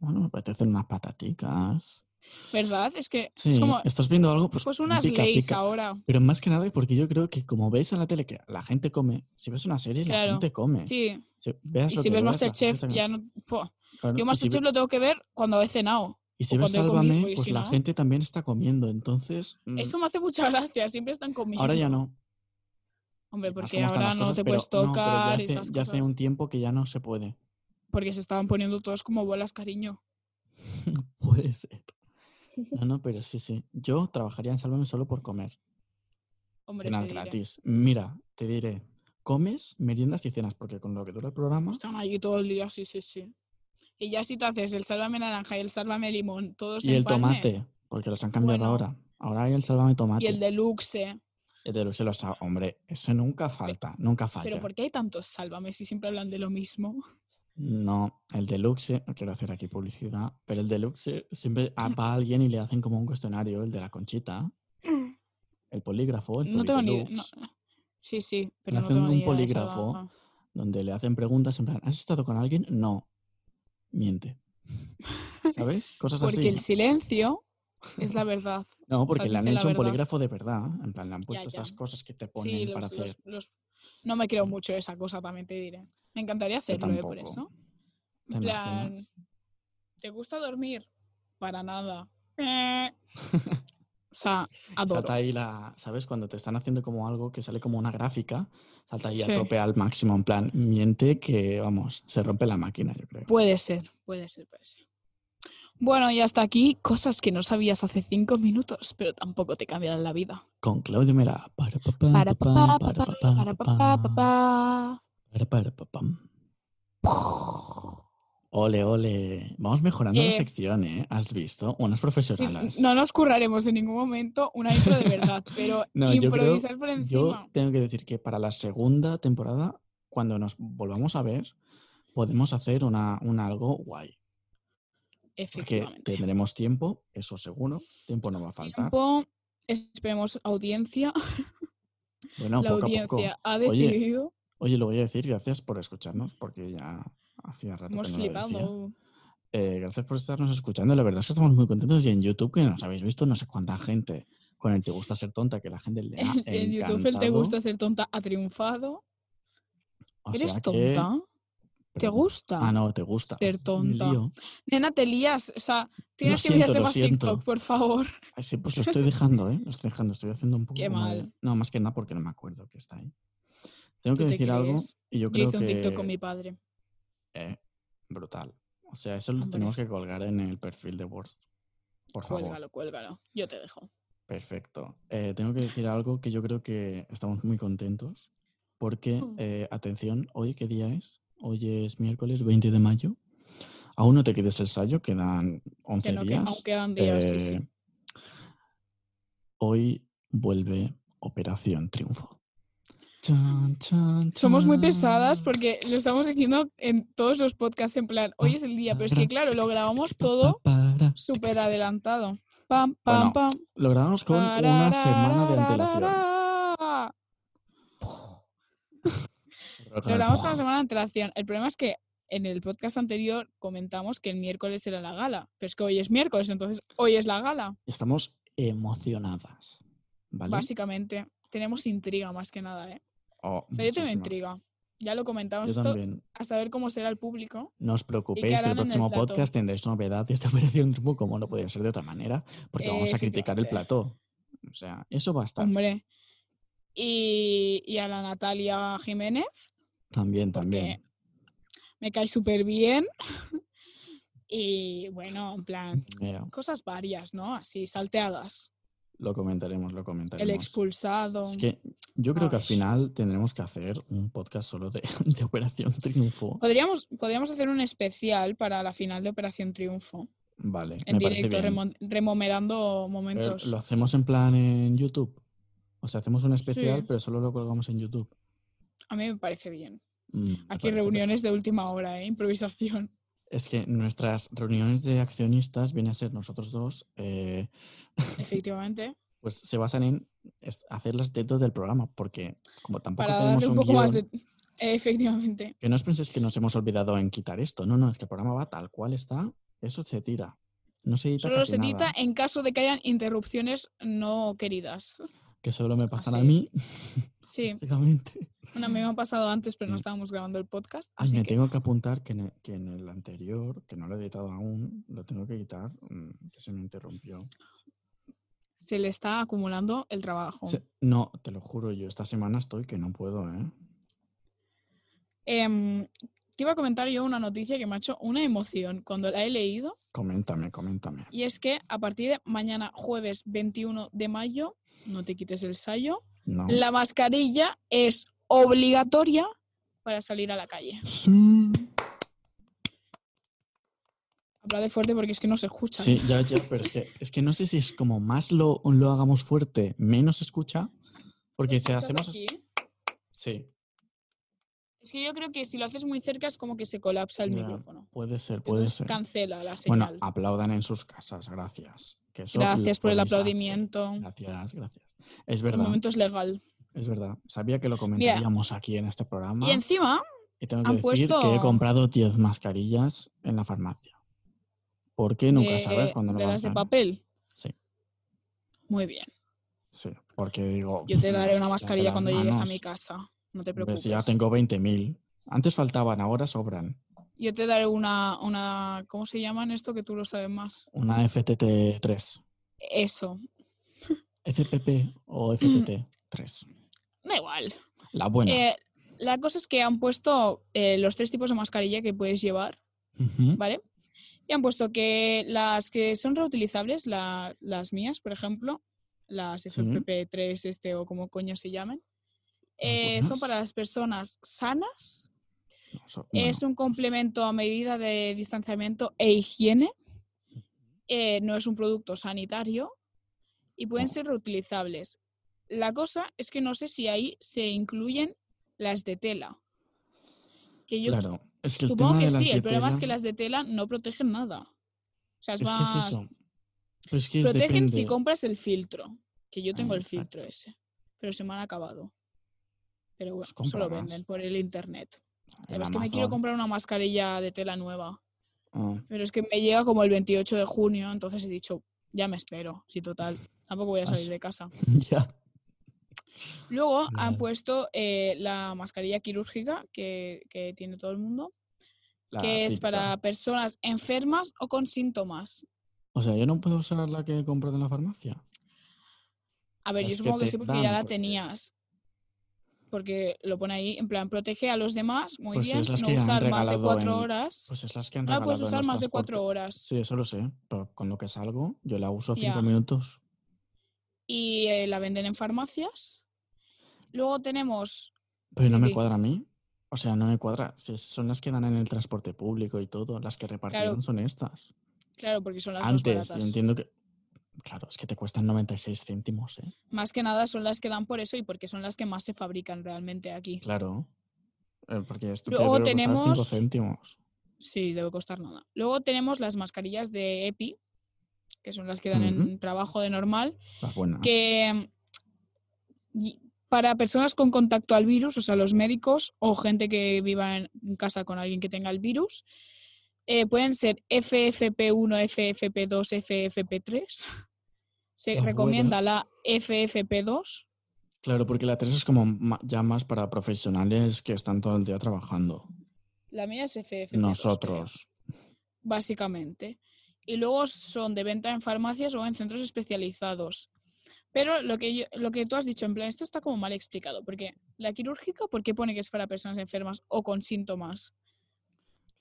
Speaker 1: bueno, me apetecen unas pataticas.
Speaker 2: ¿Verdad? Es que
Speaker 1: Sí,
Speaker 2: es como,
Speaker 1: estás viendo algo, pues,
Speaker 2: pues unas
Speaker 1: pica,
Speaker 2: leyes
Speaker 1: pica.
Speaker 2: ahora.
Speaker 1: Pero más que nada porque yo creo que como ves en la tele que la gente come, si ves una serie
Speaker 2: Claro,
Speaker 1: la gente come.
Speaker 2: Sí,
Speaker 1: Si, veas
Speaker 2: y
Speaker 1: lo
Speaker 2: si
Speaker 1: que
Speaker 2: ves
Speaker 1: veas, la gente
Speaker 2: Masterchef
Speaker 1: está-
Speaker 2: ya no... Fua.
Speaker 1: claro, y si
Speaker 2: Yo
Speaker 1: ve-
Speaker 2: Masterchef lo tengo que ver cuando he cenado.
Speaker 1: Y si
Speaker 2: o
Speaker 1: ves
Speaker 2: cuando he comido,
Speaker 1: Sálvame,
Speaker 2: porque
Speaker 1: pues
Speaker 2: si
Speaker 1: la
Speaker 2: no-
Speaker 1: gente también está comiendo. Entonces, mm,
Speaker 2: Eso me hace mucha gracia, siempre están comiendo.
Speaker 1: ahora ya no.
Speaker 2: Hombre,
Speaker 1: más
Speaker 2: porque
Speaker 1: como están
Speaker 2: ahora
Speaker 1: las
Speaker 2: no
Speaker 1: cosas,
Speaker 2: te
Speaker 1: pero-
Speaker 2: puedes
Speaker 1: no, pero
Speaker 2: tocar y
Speaker 1: ya,
Speaker 2: esas
Speaker 1: hace, ya hace
Speaker 2: cosas.
Speaker 1: un tiempo que ya no se puede.
Speaker 2: Porque se estaban poniendo todos como bolas, cariño.
Speaker 1: Puede ser. No, no, pero sí, sí. Yo trabajaría en Sálvame solo por comer.
Speaker 2: Hombre,
Speaker 1: cenas
Speaker 2: te diré.
Speaker 1: gratis. Mira, te diré. Comes, meriendas y cenas, porque con lo que dura el programa,
Speaker 2: Están allí todo el día, sí, sí, sí. Y ya si te haces el sálvame naranja y el sálvame limón, todos
Speaker 1: y el
Speaker 2: pues empalme,
Speaker 1: tomate, porque los han cambiado
Speaker 2: Bueno.
Speaker 1: ahora. Ahora hay el sálvame tomate.
Speaker 2: Y el deluxe.
Speaker 1: El de Luxe los ha- Hombre, eso nunca falta, nunca falla.
Speaker 2: Pero ¿por qué hay tantos sálvame si siempre hablan de lo mismo?
Speaker 1: No, el deluxe, no quiero hacer aquí publicidad, pero el deluxe siempre a- va a alguien y le hacen como un cuestionario, el de la conchita, el polígrafo, el
Speaker 2: Mm. No tengo ni
Speaker 1: polideluxe,
Speaker 2: no- Sí, sí, pero no
Speaker 1: hacen
Speaker 2: tengo
Speaker 1: un
Speaker 2: ni idea de
Speaker 1: polígrafo.
Speaker 2: sálvame.
Speaker 1: donde le hacen preguntas en plan, ¿has estado con alguien? No. Miente. ¿Sabes? Cosas así.
Speaker 2: Porque el silencio es la verdad.
Speaker 1: No, porque le han
Speaker 2: dice la
Speaker 1: hecho un
Speaker 2: verdad.
Speaker 1: polígrafo de verdad. En plan, le han puesto
Speaker 2: ya.
Speaker 1: esas cosas que te ponen
Speaker 2: Sí,
Speaker 1: para
Speaker 2: los,
Speaker 1: hacer.
Speaker 2: los- los- No me creo mucho esa cosa, también te diré. Me encantaría
Speaker 1: Yo
Speaker 2: hacerlo, eh, por
Speaker 1: tampoco.
Speaker 2: eso.
Speaker 1: ¿Te
Speaker 2: En plan,
Speaker 1: imaginas?
Speaker 2: ¿te gusta dormir? Para nada. Eh. o sea, adoro.
Speaker 1: Salta ahí la, ¿sabes? Cuando te están haciendo como algo que sale como una gráfica, salta ahí
Speaker 2: Sí.
Speaker 1: a tope al máximo, en plan, miente que, vamos, se rompe la máquina, yo creo.
Speaker 2: Puede ser, puede ser, puede ser. Bueno, y hasta aquí cosas que no sabías hace cinco minutos, pero tampoco te cambiarán la vida.
Speaker 1: Con Claudio Mera. Para pa, pa,
Speaker 2: Para
Speaker 1: pa,
Speaker 2: papá,
Speaker 1: para pa,
Speaker 2: papá,
Speaker 1: pa,
Speaker 2: para
Speaker 1: pa,
Speaker 2: papá,
Speaker 1: pa,
Speaker 2: papá.
Speaker 1: para, para, pa, pam. Ole, ole. Vamos mejorando la
Speaker 2: Eh,
Speaker 1: sección, ¿eh? ¿Has visto? Unas
Speaker 2: Sí,
Speaker 1: profesionales.
Speaker 2: no nos curraremos en ningún momento una intro de verdad, pero
Speaker 1: No, yo creo-
Speaker 2: improvisar por encima.
Speaker 1: Yo tengo que decir que para la segunda temporada, cuando nos volvamos a ver, podemos hacer una, un algo guay. Porque
Speaker 2: Efectivamente.
Speaker 1: tendremos tiempo, eso seguro. Tiempo no va a faltar.
Speaker 2: Tiempo, esperemos audiencia.
Speaker 1: Bueno,
Speaker 2: la
Speaker 1: poco
Speaker 2: audiencia
Speaker 1: a poco.
Speaker 2: ha
Speaker 1: Oye,
Speaker 2: decidido.
Speaker 1: Oye, lo voy a decir, gracias por escucharnos, porque ya hacía rato
Speaker 2: Hemos
Speaker 1: que no lo decía.
Speaker 2: flipado.
Speaker 1: Eh, gracias por estarnos escuchando. La verdad es que estamos muy contentos. Y en YouTube, que nos habéis visto no sé cuánta gente con el Te Gusta Ser Tonta, que la gente le ha
Speaker 2: en YouTube el
Speaker 1: Ah,
Speaker 2: te
Speaker 1: encantado.
Speaker 2: gusta ser tonta ha triunfado.
Speaker 1: O
Speaker 2: ¿Eres
Speaker 1: sea que-
Speaker 2: tonta? ¿Te
Speaker 1: perdón.
Speaker 2: gusta?
Speaker 1: Ah, no, te gusta.
Speaker 2: ser
Speaker 1: Me
Speaker 2: tonta?
Speaker 1: lío.
Speaker 2: Nena, te lías. O sea, tienes que
Speaker 1: siento,
Speaker 2: mirarte
Speaker 1: lo
Speaker 2: más
Speaker 1: siento.
Speaker 2: TikTok, por favor.
Speaker 1: Ay, Sí, pues lo estoy dejando, ¿eh? Lo estoy dejando, estoy haciendo un poco.
Speaker 2: Qué
Speaker 1: como de-
Speaker 2: mal.
Speaker 1: No, más que nada porque no me acuerdo que está ahí. Tengo
Speaker 2: ¿Tú
Speaker 1: que
Speaker 2: te
Speaker 1: decir algo
Speaker 2: crees?
Speaker 1: y yo
Speaker 2: Yo,
Speaker 1: creo
Speaker 2: hice un
Speaker 1: que.
Speaker 2: TikTok con mi padre.
Speaker 1: eh, brutal. O sea, eso lo
Speaker 2: Hombre.
Speaker 1: tenemos que colgar en el perfil de Worst. Por favor.
Speaker 2: Cuélgalo, cuélgalo. Yo te dejo.
Speaker 1: Perfecto. Eh, tengo que decir algo que yo creo que estamos muy contentos porque,
Speaker 2: Mm.
Speaker 1: eh, atención, hoy qué día es? Hoy es miércoles 20 de mayo. Aún no te quedes el sallo, quedan 11
Speaker 2: Que no, que
Speaker 1: días.
Speaker 2: aún quedan días, sí, sí.
Speaker 1: Eh, Hoy vuelve Operación Triunfo. Chan, chan,
Speaker 2: Somos muy
Speaker 1: chan.
Speaker 2: pesadas
Speaker 1: ah.
Speaker 2: porque lo estamos diciendo en todos los podcasts en plan, hoy es el día, pero es que claro, lo grabamos todo
Speaker 1: Para.
Speaker 2: súper adelantado. Pam,
Speaker 1: Bueno,
Speaker 2: pam, pam.
Speaker 1: Lo grabamos con una semana de antelación.
Speaker 2: Tararararara.
Speaker 1: Pero
Speaker 2: Lo grabamos con una
Speaker 1: pam.
Speaker 2: semana de antelación. El problema es que en el podcast anterior comentamos que el miércoles era la gala, pero es que hoy es miércoles, entonces hoy es la gala,
Speaker 1: Estamos emocionadas. ¿Vale?
Speaker 2: básicamente. Tenemos intriga más que nada, ¿eh?
Speaker 1: Oh,
Speaker 2: Pero yo tengo
Speaker 1: muchísima.
Speaker 2: intriga. Ya lo comentamos
Speaker 1: Yo
Speaker 2: esto
Speaker 1: también.
Speaker 2: a saber cómo será el público.
Speaker 1: No os preocupéis que
Speaker 2: harán
Speaker 1: el
Speaker 2: en el
Speaker 1: próximo
Speaker 2: plato?
Speaker 1: podcast tendréis novedades de Operación Triunfo, como no podía ser de otra manera, porque vamos a criticar el
Speaker 2: Efectivamente.
Speaker 1: plató. O sea, eso va a estar.
Speaker 2: Hombre. Y, y a la Natalia Jiménez,
Speaker 1: también,
Speaker 2: porque-
Speaker 1: también.
Speaker 2: me cae súper bien. y bueno, en plan,
Speaker 1: Mira,
Speaker 2: cosas varias, ¿no? Así, salteadas.
Speaker 1: lo comentaremos, lo
Speaker 2: El
Speaker 1: comentaremos.
Speaker 2: expulsado.
Speaker 1: Es que yo creo que al
Speaker 2: Ay.
Speaker 1: final tendremos que hacer un podcast solo de, de Operación Triunfo.
Speaker 2: Podríamos, podríamos hacer un especial para la final de Operación Triunfo.
Speaker 1: Vale,
Speaker 2: En
Speaker 1: me parece
Speaker 2: directo,
Speaker 1: bien.
Speaker 2: remon- remomerando
Speaker 1: Pero
Speaker 2: momentos.
Speaker 1: ¿Lo hacemos en plan en YouTube? O sea, hacemos un especial,
Speaker 2: Sí.
Speaker 1: pero solo lo colgamos en YouTube.
Speaker 2: A mí me parece bien.
Speaker 1: Mm, me
Speaker 2: Aquí
Speaker 1: parece
Speaker 2: reuniones de última hora, ¿eh? Improvisación.
Speaker 1: perfecto. Es que nuestras reuniones de accionistas vienen a ser nosotros dos, eh,
Speaker 2: Efectivamente.
Speaker 1: pues se basan en es- hacerlas dentro del programa, porque como tampoco
Speaker 2: Para
Speaker 1: tenemos
Speaker 2: darle un
Speaker 1: un
Speaker 2: poco
Speaker 1: guión,
Speaker 2: más de. eh, Efectivamente.
Speaker 1: que no os penséis que nos hemos olvidado en quitar esto. No, no, es que el programa va tal cual está, eso se tira. No se edita
Speaker 2: Solo
Speaker 1: casi
Speaker 2: se edita
Speaker 1: nada,
Speaker 2: en caso de que hayan interrupciones no queridas.
Speaker 1: que solo me pasan a
Speaker 2: Así.
Speaker 1: mí,
Speaker 2: Sí,
Speaker 1: básicamente.
Speaker 2: una me ha pasado antes, pero no
Speaker 1: Mm.
Speaker 2: estábamos grabando el podcast.
Speaker 1: Ay,
Speaker 2: así
Speaker 1: me
Speaker 2: que-
Speaker 1: tengo que apuntar que en, el, que en el anterior, que no lo he editado aún, lo tengo que quitar, mm, que se me interrumpió.
Speaker 2: se le está acumulando el trabajo.
Speaker 1: Se- no, te lo juro, yo esta semana estoy que no puedo, ¿eh?
Speaker 2: Em, te iba a comentar yo una noticia que me ha hecho una emoción cuando la he leído,
Speaker 1: Coméntame, coméntame.
Speaker 2: y es que a partir de mañana, jueves 21 de mayo, no te quites el sayo,
Speaker 1: No.
Speaker 2: la mascarilla es obligatoria para salir a la calle.
Speaker 1: Sí.
Speaker 2: Habla de fuerte porque es que no se escucha.
Speaker 1: Sí, ya, ya, pero es que, es que no sé si es como más lo, lo hagamos fuerte, menos se escucha, porque si
Speaker 2: ¿Escuchas
Speaker 1: hacemos...
Speaker 2: aquí?
Speaker 1: Sí,
Speaker 2: Es que yo creo que si lo haces muy cerca es como que se colapsa el
Speaker 1: Ya,
Speaker 2: micrófono.
Speaker 1: puede ser, puede
Speaker 2: Entonces
Speaker 1: ser.
Speaker 2: cancela la señal.
Speaker 1: Bueno, aplaudan en sus casas, gracias. Que eso lo
Speaker 2: Gracias por el
Speaker 1: podéis hacer.
Speaker 2: aplaudimiento.
Speaker 1: Gracias, gracias. Es
Speaker 2: El
Speaker 1: verdad,
Speaker 2: momento es legal.
Speaker 1: es verdad. Sabía que lo comentaríamos aquí en este programa.
Speaker 2: Y encima,
Speaker 1: Y tengo
Speaker 2: Han
Speaker 1: que decir que he
Speaker 2: puesto-
Speaker 1: comprado 10 mascarillas en la farmacia. Porque nunca sabes
Speaker 2: de-
Speaker 1: cuándo lo
Speaker 2: eh, de
Speaker 1: vas a
Speaker 2: las de
Speaker 1: usar.
Speaker 2: papel.
Speaker 1: Sí.
Speaker 2: Muy bien.
Speaker 1: Sí, porque digo...
Speaker 2: Yo te
Speaker 1: "Pff,
Speaker 2: daré
Speaker 1: es
Speaker 2: una
Speaker 1: que
Speaker 2: mascarilla
Speaker 1: las
Speaker 2: cuando llegues a
Speaker 1: manos,
Speaker 2: mi casa. No te
Speaker 1: hombre,
Speaker 2: preocupes.
Speaker 1: si ya tengo 20.000. Antes faltaban, ahora sobran.
Speaker 2: Yo te daré una, una. ¿Cómo se llaman esto? Que tú lo sabes más.
Speaker 1: Una FTT3.
Speaker 2: Eso.
Speaker 1: FPP o FTT3.
Speaker 2: Da igual.
Speaker 1: La buena.
Speaker 2: Eh, la cosa es que han puesto eh, los tres tipos de mascarilla que puedes llevar,
Speaker 1: Ujú.
Speaker 2: ¿vale? Y han puesto que las que son reutilizables, la- las mías, por ejemplo, las FFP3 este o como coño se llamen, eh, son
Speaker 1: Algunas.
Speaker 2: para las personas sanas
Speaker 1: No, so-
Speaker 2: Es un complemento a medida de distanciamiento e higiene. Eh, no es un producto sanitario y pueden
Speaker 1: No.
Speaker 2: ser reutilizables. La cosa es que no sé si ahí se incluyen las de tela. Que yo
Speaker 1: bueno, claro, es que el
Speaker 2: supongo
Speaker 1: tema
Speaker 2: que
Speaker 1: de las
Speaker 2: sí,
Speaker 1: de
Speaker 2: el problema es que
Speaker 1: tela-
Speaker 2: las de tela no protegen nada. O sea, es,
Speaker 1: es que es
Speaker 2: más.
Speaker 1: eso. Pero es que es
Speaker 2: protegen si
Speaker 1: depende.
Speaker 2: compras el filtro. Que yo tengo
Speaker 1: Ah,
Speaker 2: el filtro ese. Pero se me han acabado. Pero bueno,
Speaker 1: Pues
Speaker 2: se lo
Speaker 1: compra más.
Speaker 2: venden por el internet.
Speaker 1: El
Speaker 2: Además que me quiero
Speaker 1: Amazon.
Speaker 2: comprar una mascarilla de tela nueva.
Speaker 1: Ah.
Speaker 2: Pero es que me llega como el 28 de junio, entonces he dicho, ya me espero, sí, total. Tampoco voy a salir
Speaker 1: As-
Speaker 2: de casa.
Speaker 1: Ah, ya.
Speaker 2: Luego han
Speaker 1: Vale.
Speaker 2: puesto eh, la mascarilla quirúrgica que, que tiene todo el mundo,
Speaker 1: La
Speaker 2: que es
Speaker 1: típica.
Speaker 2: para personas enfermas o con síntomas.
Speaker 1: O sea, yo no puedo usar la que he comprado en la farmacia.
Speaker 2: A ver,
Speaker 1: Es
Speaker 2: yo
Speaker 1: que
Speaker 2: supongo que,
Speaker 1: te
Speaker 2: sí, porque ya
Speaker 1: dan,
Speaker 2: la
Speaker 1: porque-
Speaker 2: tenías. Porque lo pone ahí, en plan, protege a los demás, muy
Speaker 1: Pues si
Speaker 2: bien,
Speaker 1: es las
Speaker 2: no
Speaker 1: que han
Speaker 2: usar más de
Speaker 1: regalado
Speaker 2: cuatro
Speaker 1: en-
Speaker 2: horas.
Speaker 1: Pues es las que han
Speaker 2: no la
Speaker 1: regalado
Speaker 2: puedes
Speaker 1: en
Speaker 2: Ah, usar
Speaker 1: los
Speaker 2: más de cuatro
Speaker 1: transportes.
Speaker 2: horas.
Speaker 1: Sí, eso lo sé. Pero con lo que salgo, yo la uso cinco
Speaker 2: Ya.
Speaker 1: minutos.
Speaker 2: Y eh, la venden en farmacias. Luego tenemos
Speaker 1: Pero no
Speaker 2: Sí,
Speaker 1: me
Speaker 2: sí.
Speaker 1: cuadra a mí. O sea, no me cuadra. Si son las que dan en el transporte público y todo. Las que repartieron son estas.
Speaker 2: Claro, porque son las más
Speaker 1: Antes, yo
Speaker 2: baratas.
Speaker 1: entiendo que. Claro, es que te cuestan 96 céntimos, ¿eh?
Speaker 2: Más que nada son las que dan por eso y porque son las que más se fabrican realmente aquí.
Speaker 1: Claro. Eh, porque esto te
Speaker 2: Luego
Speaker 1: debe costar 5
Speaker 2: tenemos-
Speaker 1: céntimos.
Speaker 2: Sí, debe costar nada. Luego tenemos las mascarillas de EPI, que son las que dan en trabajo de normal,
Speaker 1: Las buenas.
Speaker 2: que mm, y- para personas con contacto al virus, o sea, los médicos o gente que viva en en casa con alguien que tenga el virus, eh, pueden ser FFP1, FFP2, FFP3. Se
Speaker 1: Las
Speaker 2: recomienda
Speaker 1: buenas.
Speaker 2: la FFP2.
Speaker 1: Claro, porque la 3 es como ma- ya más para profesionales que están todo el día trabajando.
Speaker 2: La mía es FFP2. creo.
Speaker 1: Nosotros.
Speaker 2: básicamente. Y luego son de venta en farmacias o en centros especializados. Pero lo que, yo- lo que tú has dicho, en plan, esto está como mal explicado, porque la quirúrgica, ¿por qué pone que es para personas enfermas o con síntomas?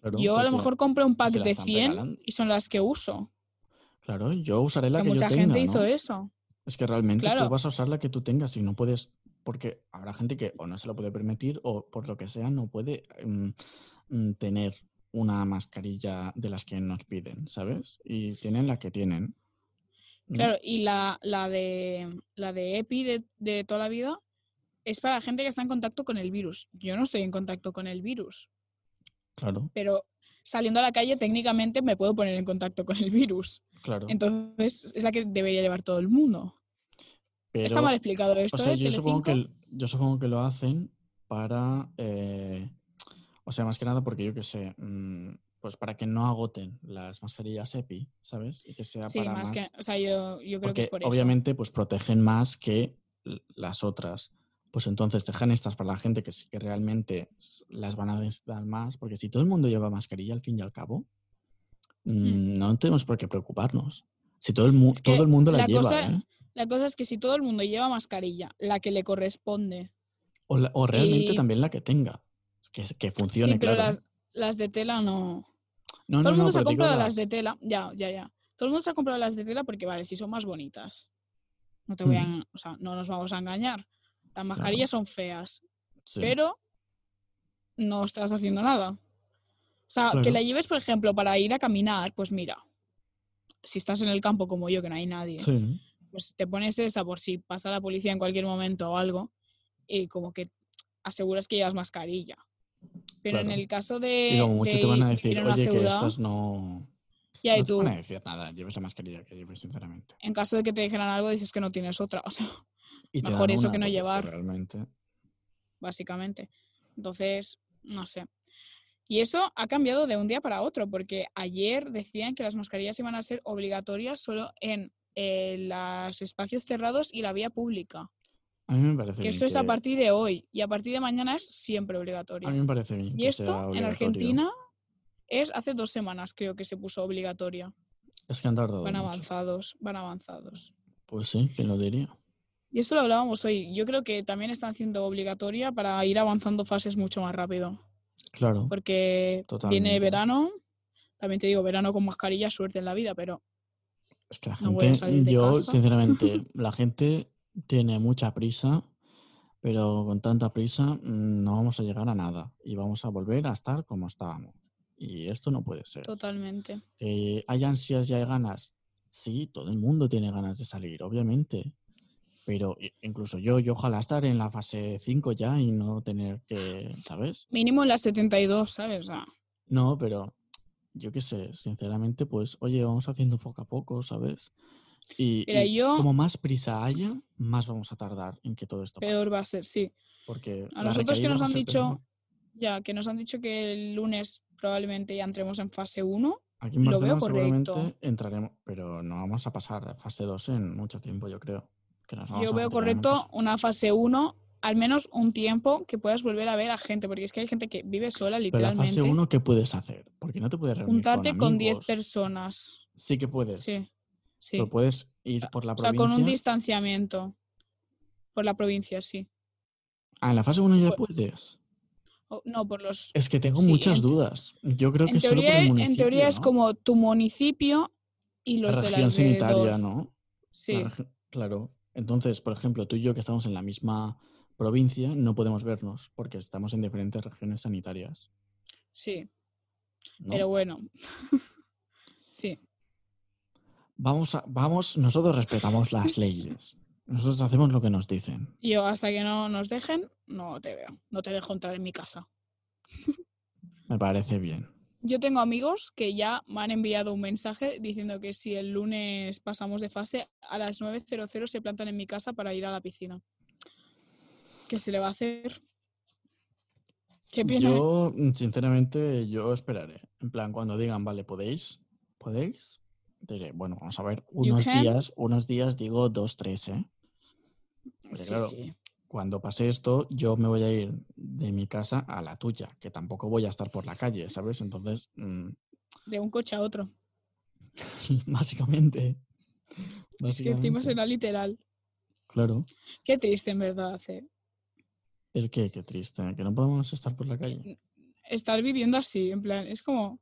Speaker 1: Claro,
Speaker 2: yo a lo
Speaker 1: porque-
Speaker 2: mejor compro un pack
Speaker 1: la
Speaker 2: de
Speaker 1: están
Speaker 2: 100
Speaker 1: regalando.
Speaker 2: y son las que uso.
Speaker 1: Claro, yo usaré la
Speaker 2: que
Speaker 1: que, yo
Speaker 2: mucha
Speaker 1: tenga,
Speaker 2: gente hizo
Speaker 1: ¿no?
Speaker 2: eso.
Speaker 1: Es que realmente tú
Speaker 2: Claro.
Speaker 1: vas a usar la que tú tengas y no puedes, porque habrá gente que o no se lo puede permitir o por lo que sea no puede mm, mm, tener una mascarilla de las que nos piden, ¿sabes? Y tienen la que tienen. ¿no?
Speaker 2: Claro, y la, la, de, la de EPI de, de toda la vida es para gente que está en contacto con el virus. Yo no estoy en contacto con el virus.
Speaker 1: Claro.
Speaker 2: pero saliendo a la calle técnicamente me puedo poner en contacto con el virus.
Speaker 1: Claro.
Speaker 2: Entonces es la que debería llevar todo el mundo.
Speaker 1: Pero,
Speaker 2: Está mal explicado esto.
Speaker 1: o sea,
Speaker 2: ¿eh?
Speaker 1: yo supongo, que,
Speaker 2: Telecinco.
Speaker 1: el- yo supongo que lo hacen para. eh, o sea, más que nada porque yo que sé. mm, pues para que no agoten las mascarillas EPI, ¿sabes? Y que sea
Speaker 2: Sí,
Speaker 1: para
Speaker 2: más que, o sea, yo, yo creo
Speaker 1: Porque
Speaker 2: que es por
Speaker 1: obviamente pues protegen más que l- las otras. Pues entonces dejan estas para la gente que sí que realmente s- las van a necesitar más, porque si todo el mundo lleva mascarilla al fin y al cabo, mm, no tenemos por qué preocuparnos. Si todo el, mu-
Speaker 2: Hmm. Es que
Speaker 1: todo el mundo la,
Speaker 2: la
Speaker 1: lleva,
Speaker 2: cosa-
Speaker 1: ¿eh?
Speaker 2: eso. La cosa es que si todo el mundo lleva mascarilla, la que le corresponde.
Speaker 1: o, la- o realmente
Speaker 2: y-
Speaker 1: también la que tenga, que, s- que funcione,
Speaker 2: sí, pero
Speaker 1: claro.
Speaker 2: las, las de tela no.
Speaker 1: No,
Speaker 2: todo
Speaker 1: no,
Speaker 2: el mundo
Speaker 1: no,
Speaker 2: se ha
Speaker 1: pero digo
Speaker 2: comprado las...
Speaker 1: las-
Speaker 2: de tela. Ya, ya, ya. Todo el mundo se ha comprado las de tela porque, vale, si son más bonitas. No te voy a, o sea, no nos vamos a engañar. Las mascarillas son feas,
Speaker 1: sí.
Speaker 2: pero no estás haciendo nada. O sea, que
Speaker 1: Claro.
Speaker 2: la lleves, por ejemplo, para ir a caminar, pues mira, si estás en el campo como yo, que no hay nadie,
Speaker 1: Sí,
Speaker 2: pues te pones esa por si pasa la policía en cualquier momento o algo, y como que aseguras que llevas mascarilla. Pero en
Speaker 1: Claro.
Speaker 2: el caso de.
Speaker 1: Y como mucho
Speaker 2: de
Speaker 1: te van a
Speaker 2: ir
Speaker 1: decir,
Speaker 2: a una
Speaker 1: oye, que
Speaker 2: ciudad,
Speaker 1: estas no...
Speaker 2: ya, y
Speaker 1: no te
Speaker 2: tú,
Speaker 1: van a decir nada, lleves la mascarilla que lleves, sinceramente.
Speaker 2: en caso de que te dijeran algo, dices que no tienes otra, o sea,
Speaker 1: Y te
Speaker 2: Mejor
Speaker 1: dan
Speaker 2: eso
Speaker 1: una,
Speaker 2: que no
Speaker 1: porque es
Speaker 2: llevar.
Speaker 1: Realmente.
Speaker 2: básicamente. Entonces, no sé. Y eso ha cambiado de un día para otro, porque ayer decían que las mascarillas iban a ser obligatorias solo en eh, los espacios cerrados y la vía pública.
Speaker 1: A mí me parece
Speaker 2: que
Speaker 1: bien
Speaker 2: eso es a
Speaker 1: Mm, que-
Speaker 2: partir de hoy y a partir de mañana es siempre
Speaker 1: A
Speaker 2: obligatorio.
Speaker 1: mí me parece bien.
Speaker 2: Y
Speaker 1: que sea
Speaker 2: esto en
Speaker 1: obligatorio.
Speaker 2: Argentina es hace dos semanas creo que se puso obligatoria.
Speaker 1: Es que han tardado.
Speaker 2: Van
Speaker 1: mucho.
Speaker 2: avanzados, van avanzados.
Speaker 1: Pues sí, ¿quién lo diría?
Speaker 2: Y esto lo hablábamos hoy. Yo creo que también están haciendo obligatoria para ir avanzando fases mucho más rápido.
Speaker 1: Claro.
Speaker 2: porque
Speaker 1: Totalmente.
Speaker 2: viene verano. También te digo, verano con mascarilla, suerte en la vida, pero
Speaker 1: Es que la
Speaker 2: no voy a
Speaker 1: gente.
Speaker 2: salir de
Speaker 1: yo,
Speaker 2: casa.
Speaker 1: sinceramente, la gente tiene mucha prisa, pero con tanta prisa mm, no vamos a llegar a nada. Y vamos a volver a estar como estábamos. Y esto no puede ser.
Speaker 2: totalmente.
Speaker 1: Que hay ansias y hay ganas. Sí, todo el mundo tiene ganas de salir, obviamente. Pero i- incluso yo, yo ojalá estar en la fase 5 ya y no tener que, ¿sabes?
Speaker 2: Mínimo en las 72, ¿sabes? Ah,
Speaker 1: No, pero yo qué sé, sinceramente, pues, oye, vamos haciendo poco a poco, ¿sabes? Y,
Speaker 2: Mira,
Speaker 1: y
Speaker 2: yo-
Speaker 1: como más prisa haya, más vamos a tardar en que todo esto pase,
Speaker 2: peor va a ser, sí.
Speaker 1: Porque
Speaker 2: A
Speaker 1: la
Speaker 2: nosotros que
Speaker 1: recaída
Speaker 2: nos
Speaker 1: va a
Speaker 2: han
Speaker 1: ser
Speaker 2: dicho,
Speaker 1: tremenda.
Speaker 2: ya, que nos han dicho que el lunes probablemente ya entremos en fase 1.
Speaker 1: Aquí en
Speaker 2: lo veo
Speaker 1: Barcelona
Speaker 2: correcto.
Speaker 1: seguramente entraremos, pero no vamos a pasar a fase 2 en mucho tiempo, yo creo. que nos vamos
Speaker 2: Yo
Speaker 1: a
Speaker 2: veo
Speaker 1: literalmente-
Speaker 2: correcto una fase 1, al menos un tiempo que puedas volver a ver a gente, porque es que hay gente que vive
Speaker 1: Pero
Speaker 2: sola,
Speaker 1: la
Speaker 2: literalmente.
Speaker 1: fase 1, ¿qué puedes hacer? Porque no te puedes reunir
Speaker 2: juntarte con 10
Speaker 1: amigos.
Speaker 2: personas.
Speaker 1: Sí que puedes.
Speaker 2: Sí. Sí.
Speaker 1: Pero puedes ir por la
Speaker 2: O sea,
Speaker 1: provincia.
Speaker 2: con un distanciamiento. Por la provincia, sí.
Speaker 1: Ah, en la fase 1 ya
Speaker 2: Pu-
Speaker 1: puedes.
Speaker 2: O- no, por los.
Speaker 1: Es que tengo
Speaker 2: Sí,
Speaker 1: muchas
Speaker 2: en te-
Speaker 1: dudas. Yo creo que
Speaker 2: En
Speaker 1: solo por
Speaker 2: teoría,
Speaker 1: el
Speaker 2: en
Speaker 1: municipio.
Speaker 2: teoría es
Speaker 1: ¿no?
Speaker 2: como tu municipio y
Speaker 1: la
Speaker 2: los de
Speaker 1: región sanitaria, ¿no? La
Speaker 2: Sí,
Speaker 1: regi- claro. Entonces, por ejemplo, tú y yo que estamos en la misma provincia no podemos vernos porque estamos en diferentes regiones sanitarias.
Speaker 2: sí.
Speaker 1: ¿no?
Speaker 2: Pero bueno. sí.
Speaker 1: Vamos, a- vamos, nosotros respetamos las leyes. Nosotros hacemos lo que nos dicen.
Speaker 2: Yo hasta que no nos dejen, no te veo. No te dejo entrar en mi casa.
Speaker 1: Me parece bien.
Speaker 2: Yo tengo amigos que ya me han enviado un mensaje diciendo que si el lunes pasamos de fase, a las 9.00 se plantan en mi casa para ir a la piscina. ¿Qué se le va a hacer? Qué pena. ¿eh?
Speaker 1: Yo, mm, sinceramente, yo esperaré. En plan, cuando digan, vale, podéis, podéis, diré, bueno, vamos a ver, unos
Speaker 2: can.
Speaker 1: días, unos días digo dos, tres, ¿eh? Porque,
Speaker 2: Sí,
Speaker 1: claro,
Speaker 2: sí.
Speaker 1: Cuando pase esto, yo me voy a ir de mi casa a la tuya, que tampoco voy a estar por la calle, ¿sabes? Entonces, mm,
Speaker 2: De un coche a otro.
Speaker 1: básicamente.
Speaker 2: Es que encima
Speaker 1: básicamente,
Speaker 2: será literal.
Speaker 1: Claro.
Speaker 2: Qué triste, en verdad, eh,
Speaker 1: El qué, qué triste, que no podemos estar por la calle.
Speaker 2: estar viviendo así. En plan, es como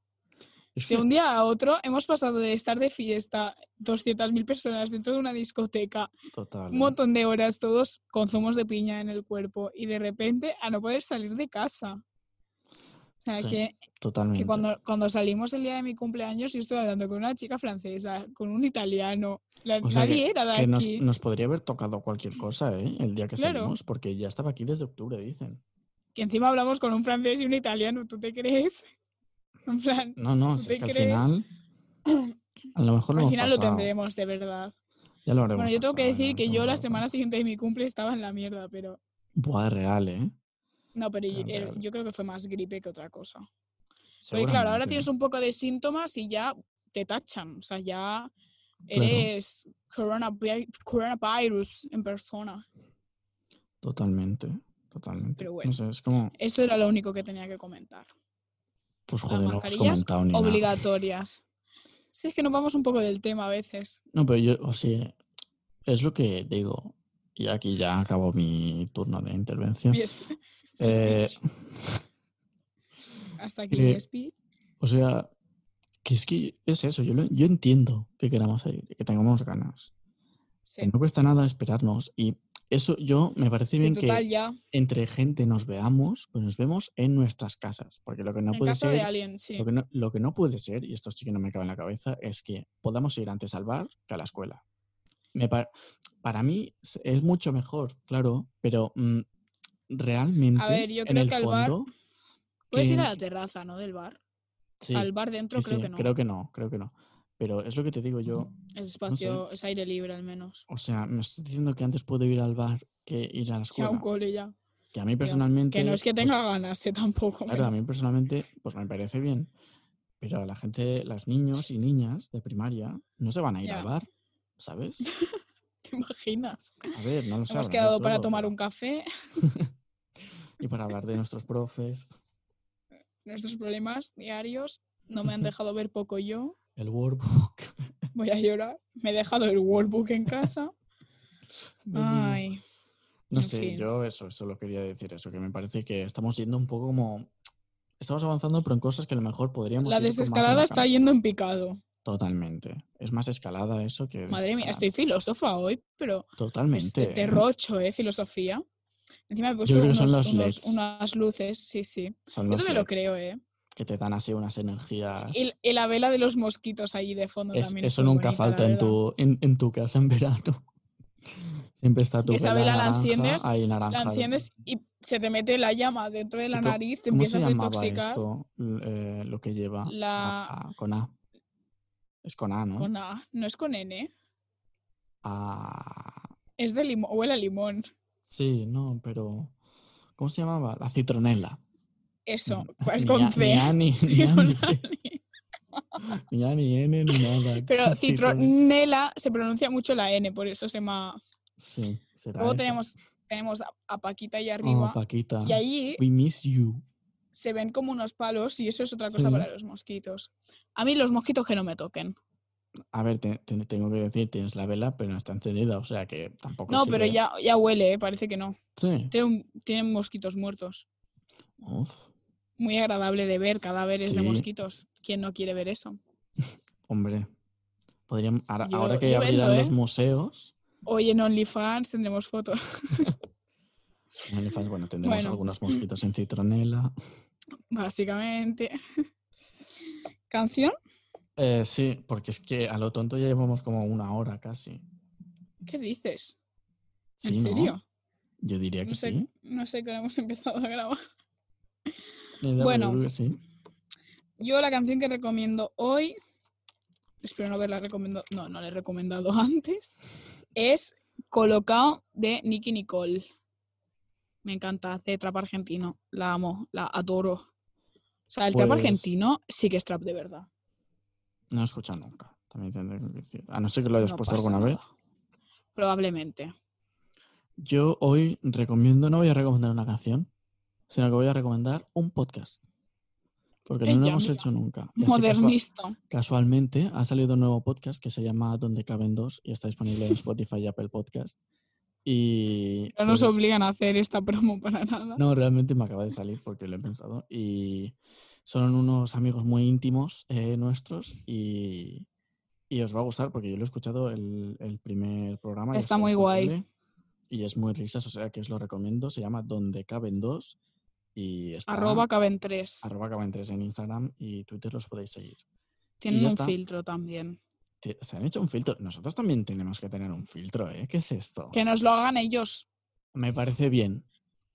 Speaker 1: Es que,
Speaker 2: de un día a otro hemos pasado de estar de fiesta 200.000 personas dentro de una discoteca,
Speaker 1: total.
Speaker 2: un montón de horas todos con zumos de piña en el cuerpo y de repente a no poder salir de casa. O sea,
Speaker 1: Sí,
Speaker 2: que,
Speaker 1: Totalmente.
Speaker 2: que cuando, cuando salimos el día de mi cumpleaños yo estoy hablando con una chica francesa, con un italiano. la-
Speaker 1: O sea,
Speaker 2: nadie era de
Speaker 1: que nos,
Speaker 2: aquí.
Speaker 1: nos podría haber tocado cualquier cosa, ¿eh? El día que
Speaker 2: Claro.
Speaker 1: salimos, porque ya estaba aquí desde octubre, dicen.
Speaker 2: Que encima hablamos con un francés y un italiano, ¿tú te crees? En plan,
Speaker 1: No, no,
Speaker 2: ¿Tú
Speaker 1: si
Speaker 2: te
Speaker 1: es que al
Speaker 2: crees?
Speaker 1: final. A lo mejor lo
Speaker 2: al
Speaker 1: hemos
Speaker 2: final lo
Speaker 1: pasado,
Speaker 2: tendremos, de verdad.
Speaker 1: Ya lo habremos
Speaker 2: Bueno, yo tengo que
Speaker 1: pasado, ya
Speaker 2: decir que
Speaker 1: nos
Speaker 2: yo
Speaker 1: hemos
Speaker 2: la
Speaker 1: dado
Speaker 2: semana
Speaker 1: cuenta.
Speaker 2: siguiente de mi cumple estaba en la mierda, pero...
Speaker 1: Buah, es real, ¿eh?
Speaker 2: No, pero yo,
Speaker 1: Claro,
Speaker 2: eh,
Speaker 1: Ah, claro.
Speaker 2: yo creo que fue más gripe que otra cosa. Porque claro, ahora
Speaker 1: Seguramente.
Speaker 2: tienes un poco de síntomas y ya te tachan. O sea, ya
Speaker 1: Claro.
Speaker 2: eres coronavi- coronavirus en persona.
Speaker 1: Totalmente, totalmente.
Speaker 2: Pero bueno.
Speaker 1: No sé, es como.
Speaker 2: Eso era lo único que tenía que comentar.
Speaker 1: Pues
Speaker 2: Las
Speaker 1: joder, no hemos
Speaker 2: mascarillas
Speaker 1: comentado ni nada.
Speaker 2: Obligatorias. Si es que nos vamos un poco del tema a veces.
Speaker 1: No, pero yo, o sea, es lo que digo. Y aquí ya acabo mi turno de intervención.
Speaker 2: Y es- pues,
Speaker 1: Eh,
Speaker 2: hasta aquí
Speaker 1: eh,
Speaker 2: mi speech.
Speaker 1: o sea, que es que es eso. Yo, lo- yo entiendo que queramos salir, y que tengamos ganas.
Speaker 2: Sí.
Speaker 1: Que no cuesta nada esperarnos. Y eso yo me parece
Speaker 2: Sí,
Speaker 1: bien
Speaker 2: total,
Speaker 1: que
Speaker 2: ya.
Speaker 1: entre gente nos veamos, pues nos vemos en nuestras casas. Porque lo que no
Speaker 2: en
Speaker 1: puede
Speaker 2: caso
Speaker 1: ser.
Speaker 2: de alguien, sí.
Speaker 1: Lo que, no, lo que no puede ser, y esto sí que no me cabe en la cabeza, es que podamos ir antes al bar que a la escuela. Me pa- para mí s- es mucho mejor, claro, pero mm, realmente
Speaker 2: ver, yo
Speaker 1: en
Speaker 2: creo
Speaker 1: el
Speaker 2: que al bar-
Speaker 1: fondo...
Speaker 2: Puedes ir
Speaker 1: que-
Speaker 2: a la terraza, ¿no? Del bar.
Speaker 1: sí,
Speaker 2: O sea, al bar dentro
Speaker 1: sí,
Speaker 2: creo
Speaker 1: sí,
Speaker 2: que no.
Speaker 1: creo que no, creo que no. Pero es lo que te digo yo,
Speaker 2: Es espacio, es aire libre al menos.
Speaker 1: o sea, me estás diciendo que antes puedo ir al bar que ir a la
Speaker 2: Que a
Speaker 1: escuela.
Speaker 2: un cole ya.
Speaker 1: que a mí personalmente...
Speaker 2: Que no es que
Speaker 1: pues,
Speaker 2: tenga ganas, eh, tampoco.
Speaker 1: Claro, a
Speaker 2: pero-
Speaker 1: mí personalmente, pues me parece bien. Pero la gente, los niños y niñas de primaria no se van a ir
Speaker 2: Ya.
Speaker 1: al bar, ¿sabes?
Speaker 2: ¿Te imaginas?
Speaker 1: A ver, no lo sé. habrá
Speaker 2: Hemos
Speaker 1: de
Speaker 2: quedado para
Speaker 1: todo,
Speaker 2: tomar
Speaker 1: pero-
Speaker 2: un café,
Speaker 1: Y para hablar de nuestros profes,
Speaker 2: nuestros problemas diarios. No me han dejado ver poco yo.
Speaker 1: el workbook.
Speaker 2: Voy a llorar. Me he dejado el workbook en casa.
Speaker 1: Dios mío.
Speaker 2: Ay.
Speaker 1: no
Speaker 2: en
Speaker 1: sé,
Speaker 2: fin.
Speaker 1: yo eso, solo quería decir eso, que me parece que estamos yendo un poco como... Estamos avanzando, pero en cosas que a lo mejor podríamos...
Speaker 2: La
Speaker 1: ir con más
Speaker 2: desescalada está
Speaker 1: encaje.
Speaker 2: yendo en picado.
Speaker 1: Totalmente. Es más escalada eso que...
Speaker 2: Madre mía,
Speaker 1: desescalada.
Speaker 2: estoy filósofa hoy, pero es
Speaker 1: Totalmente. Pues ¿eh?
Speaker 2: derrocho, ¿eh? Filosofía. Encima me he puesto
Speaker 1: creo que son
Speaker 2: unos-
Speaker 1: los
Speaker 2: unos-
Speaker 1: LEDs.
Speaker 2: unas luces, sí, sí.
Speaker 1: Son
Speaker 2: Yo
Speaker 1: los
Speaker 2: también lo
Speaker 1: LEDs
Speaker 2: creo, ¿eh?
Speaker 1: Que te dan así unas energías...
Speaker 2: Y, y la vela de los mosquitos allí de fondo
Speaker 1: Es-
Speaker 2: también. es
Speaker 1: eso
Speaker 2: muy
Speaker 1: nunca
Speaker 2: bonita, la
Speaker 1: falta en
Speaker 2: verdad.
Speaker 1: tu, en, en tu casa en verano. Siempre está tu
Speaker 2: Esa vela la
Speaker 1: naranja,
Speaker 2: enciendes,
Speaker 1: ahí naranja.
Speaker 2: La enciendes y se te mete la llama dentro de la
Speaker 1: Sí, ¿cómo-
Speaker 2: nariz, te
Speaker 1: ¿Cómo se
Speaker 2: empiezas a
Speaker 1: llamaba
Speaker 2: intoxicar
Speaker 1: esto? L- eh, lo que lleva a-
Speaker 2: La-
Speaker 1: a- con A. Es con A, ¿no?
Speaker 2: con A. No es con N,
Speaker 1: A-
Speaker 2: es de limón, huele a limón.
Speaker 1: Ah, Sí, no, pero ¿cómo se llamaba? La citronela.
Speaker 2: Eso,
Speaker 1: Mm, Ni
Speaker 2: es
Speaker 1: a-
Speaker 2: Pues con C.
Speaker 1: Ni A ni, ni,
Speaker 2: Ni
Speaker 1: A,
Speaker 2: con
Speaker 1: ni,
Speaker 2: A, ni-
Speaker 1: ni A, ni N ni nada. Citronela.
Speaker 2: Pero citronela se pronuncia mucho la N, por eso se llama.
Speaker 1: Sí, será
Speaker 2: Luego
Speaker 1: eso.
Speaker 2: tenemos, tenemos a, a Paquita ahí
Speaker 1: Oh,
Speaker 2: arriba
Speaker 1: Paquita.
Speaker 2: y allí
Speaker 1: We miss you.
Speaker 2: se ven como unos palos y eso es otra cosa
Speaker 1: Sí.
Speaker 2: para los mosquitos. A mí los mosquitos que no me toquen.
Speaker 1: A ver, te, te- tengo que decir, tienes la vela, pero no está encendida, o sea que tampoco
Speaker 2: No, pero
Speaker 1: sirve.
Speaker 2: ya, ya huele, eh, parece que no.
Speaker 1: Sí.
Speaker 2: Tiene un- tienen mosquitos muertos.
Speaker 1: Uf,
Speaker 2: Muy agradable de ver cadáveres de
Speaker 1: Sí.
Speaker 2: mosquitos. ¿Quién no quiere ver eso?
Speaker 1: hombre. Podrían, ahora,
Speaker 2: Yo-
Speaker 1: ahora que
Speaker 2: yo
Speaker 1: abrirán
Speaker 2: vendo,
Speaker 1: los
Speaker 2: ¿eh?
Speaker 1: museos,
Speaker 2: Hoy en OnlyFans tendremos fotos.
Speaker 1: en OnlyFans, bueno, tendremos
Speaker 2: Bueno.
Speaker 1: algunos mosquitos en citronela.
Speaker 2: Básicamente. ¿Canción?
Speaker 1: Eh, sí, porque es que a lo tonto ya llevamos como una hora casi.
Speaker 2: ¿Qué dices?
Speaker 1: Sí,
Speaker 2: ¿En
Speaker 1: ¿no?
Speaker 2: serio?
Speaker 1: Yo diría que
Speaker 2: No sé,
Speaker 1: sí.
Speaker 2: no sé qué hora hemos empezado a grabar.
Speaker 1: Eh, yo
Speaker 2: Bueno.
Speaker 1: creo que sí.
Speaker 2: Yo la canción que recomiendo hoy, espero no haberla recomendado, no, no la he recomendado antes, es Colocao de Nicky Nicole. Me encanta, hace trap argentino, la amo, la adoro. O sea, el trap
Speaker 1: Pues-
Speaker 2: argentino sí que es trap de verdad.
Speaker 1: No he escuchado nunca. También tendré que decir. A no ser que lo hayas
Speaker 2: no
Speaker 1: puesto
Speaker 2: pasa
Speaker 1: alguna
Speaker 2: nada.
Speaker 1: vez.
Speaker 2: Probablemente.
Speaker 1: este Yo hoy recomiendo, no voy a recomendar una canción, sino que voy a recomendar un podcast. Porque no lo
Speaker 2: Ella,
Speaker 1: hemos
Speaker 2: mira.
Speaker 1: hecho nunca. Y así casua-
Speaker 2: Modernista.
Speaker 1: casualmente ha salido un nuevo podcast que se llama Donde caben dos y está disponible en Spotify y Apple Podcast. Y
Speaker 2: No nos
Speaker 1: pues,
Speaker 2: obligan a hacer esta promo para nada.
Speaker 1: no, realmente me acaba de salir porque lo he pensado. Y son unos amigos muy íntimos eh, nuestros y, y os va a gustar porque yo lo he escuchado el, el primer programa. y
Speaker 2: Está muy guay.
Speaker 1: disponible Y es muy risas, o sea que os lo recomiendo. Se llama Donde Caben Dos y está
Speaker 2: Arroba caben tres.
Speaker 1: arroba caben tres en Instagram y Twitter los podéis seguir.
Speaker 2: Tienen
Speaker 1: ya
Speaker 2: un
Speaker 1: está.
Speaker 2: filtro también.
Speaker 1: Te- Se han hecho un filtro. Nosotros también tenemos que tener un filtro, ¿eh? ¿Qué es esto?
Speaker 2: Que nos lo hagan ellos.
Speaker 1: Me parece bien.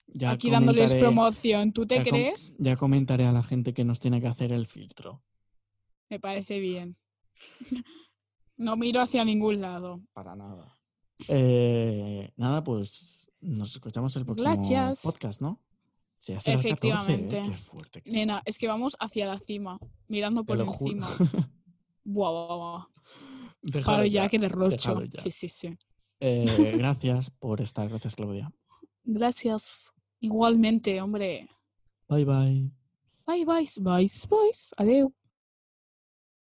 Speaker 1: Ya
Speaker 2: Aquí dándoles
Speaker 1: comentaré-
Speaker 2: promoción. ¿Tú te
Speaker 1: ya com-
Speaker 2: crees?
Speaker 1: Ya comentaré a la gente que nos tiene que hacer el filtro.
Speaker 2: Me parece bien. No miro hacia ningún lado.
Speaker 1: Para nada. Eh, nada, pues nos escuchamos el próximo
Speaker 2: Gracias.
Speaker 1: podcast, ¿no? Sí, ya será el 14, ¿eh?
Speaker 2: Efectivamente.
Speaker 1: Qué fuerte. qué-
Speaker 2: Nena, es que vamos hacia la cima, mirando por
Speaker 1: lo ju-
Speaker 2: encima. Buah, buah, buah.
Speaker 1: Déjalo
Speaker 2: Paro ya que derrocho.
Speaker 1: déjalo ya.
Speaker 2: Sí, sí, sí.
Speaker 1: Eh, gracias por estar. Gracias, Claudia.
Speaker 2: Gracias. Igualmente, hombre.
Speaker 1: Bye, bye.
Speaker 2: Bye, bye, bye, bye. Adeu.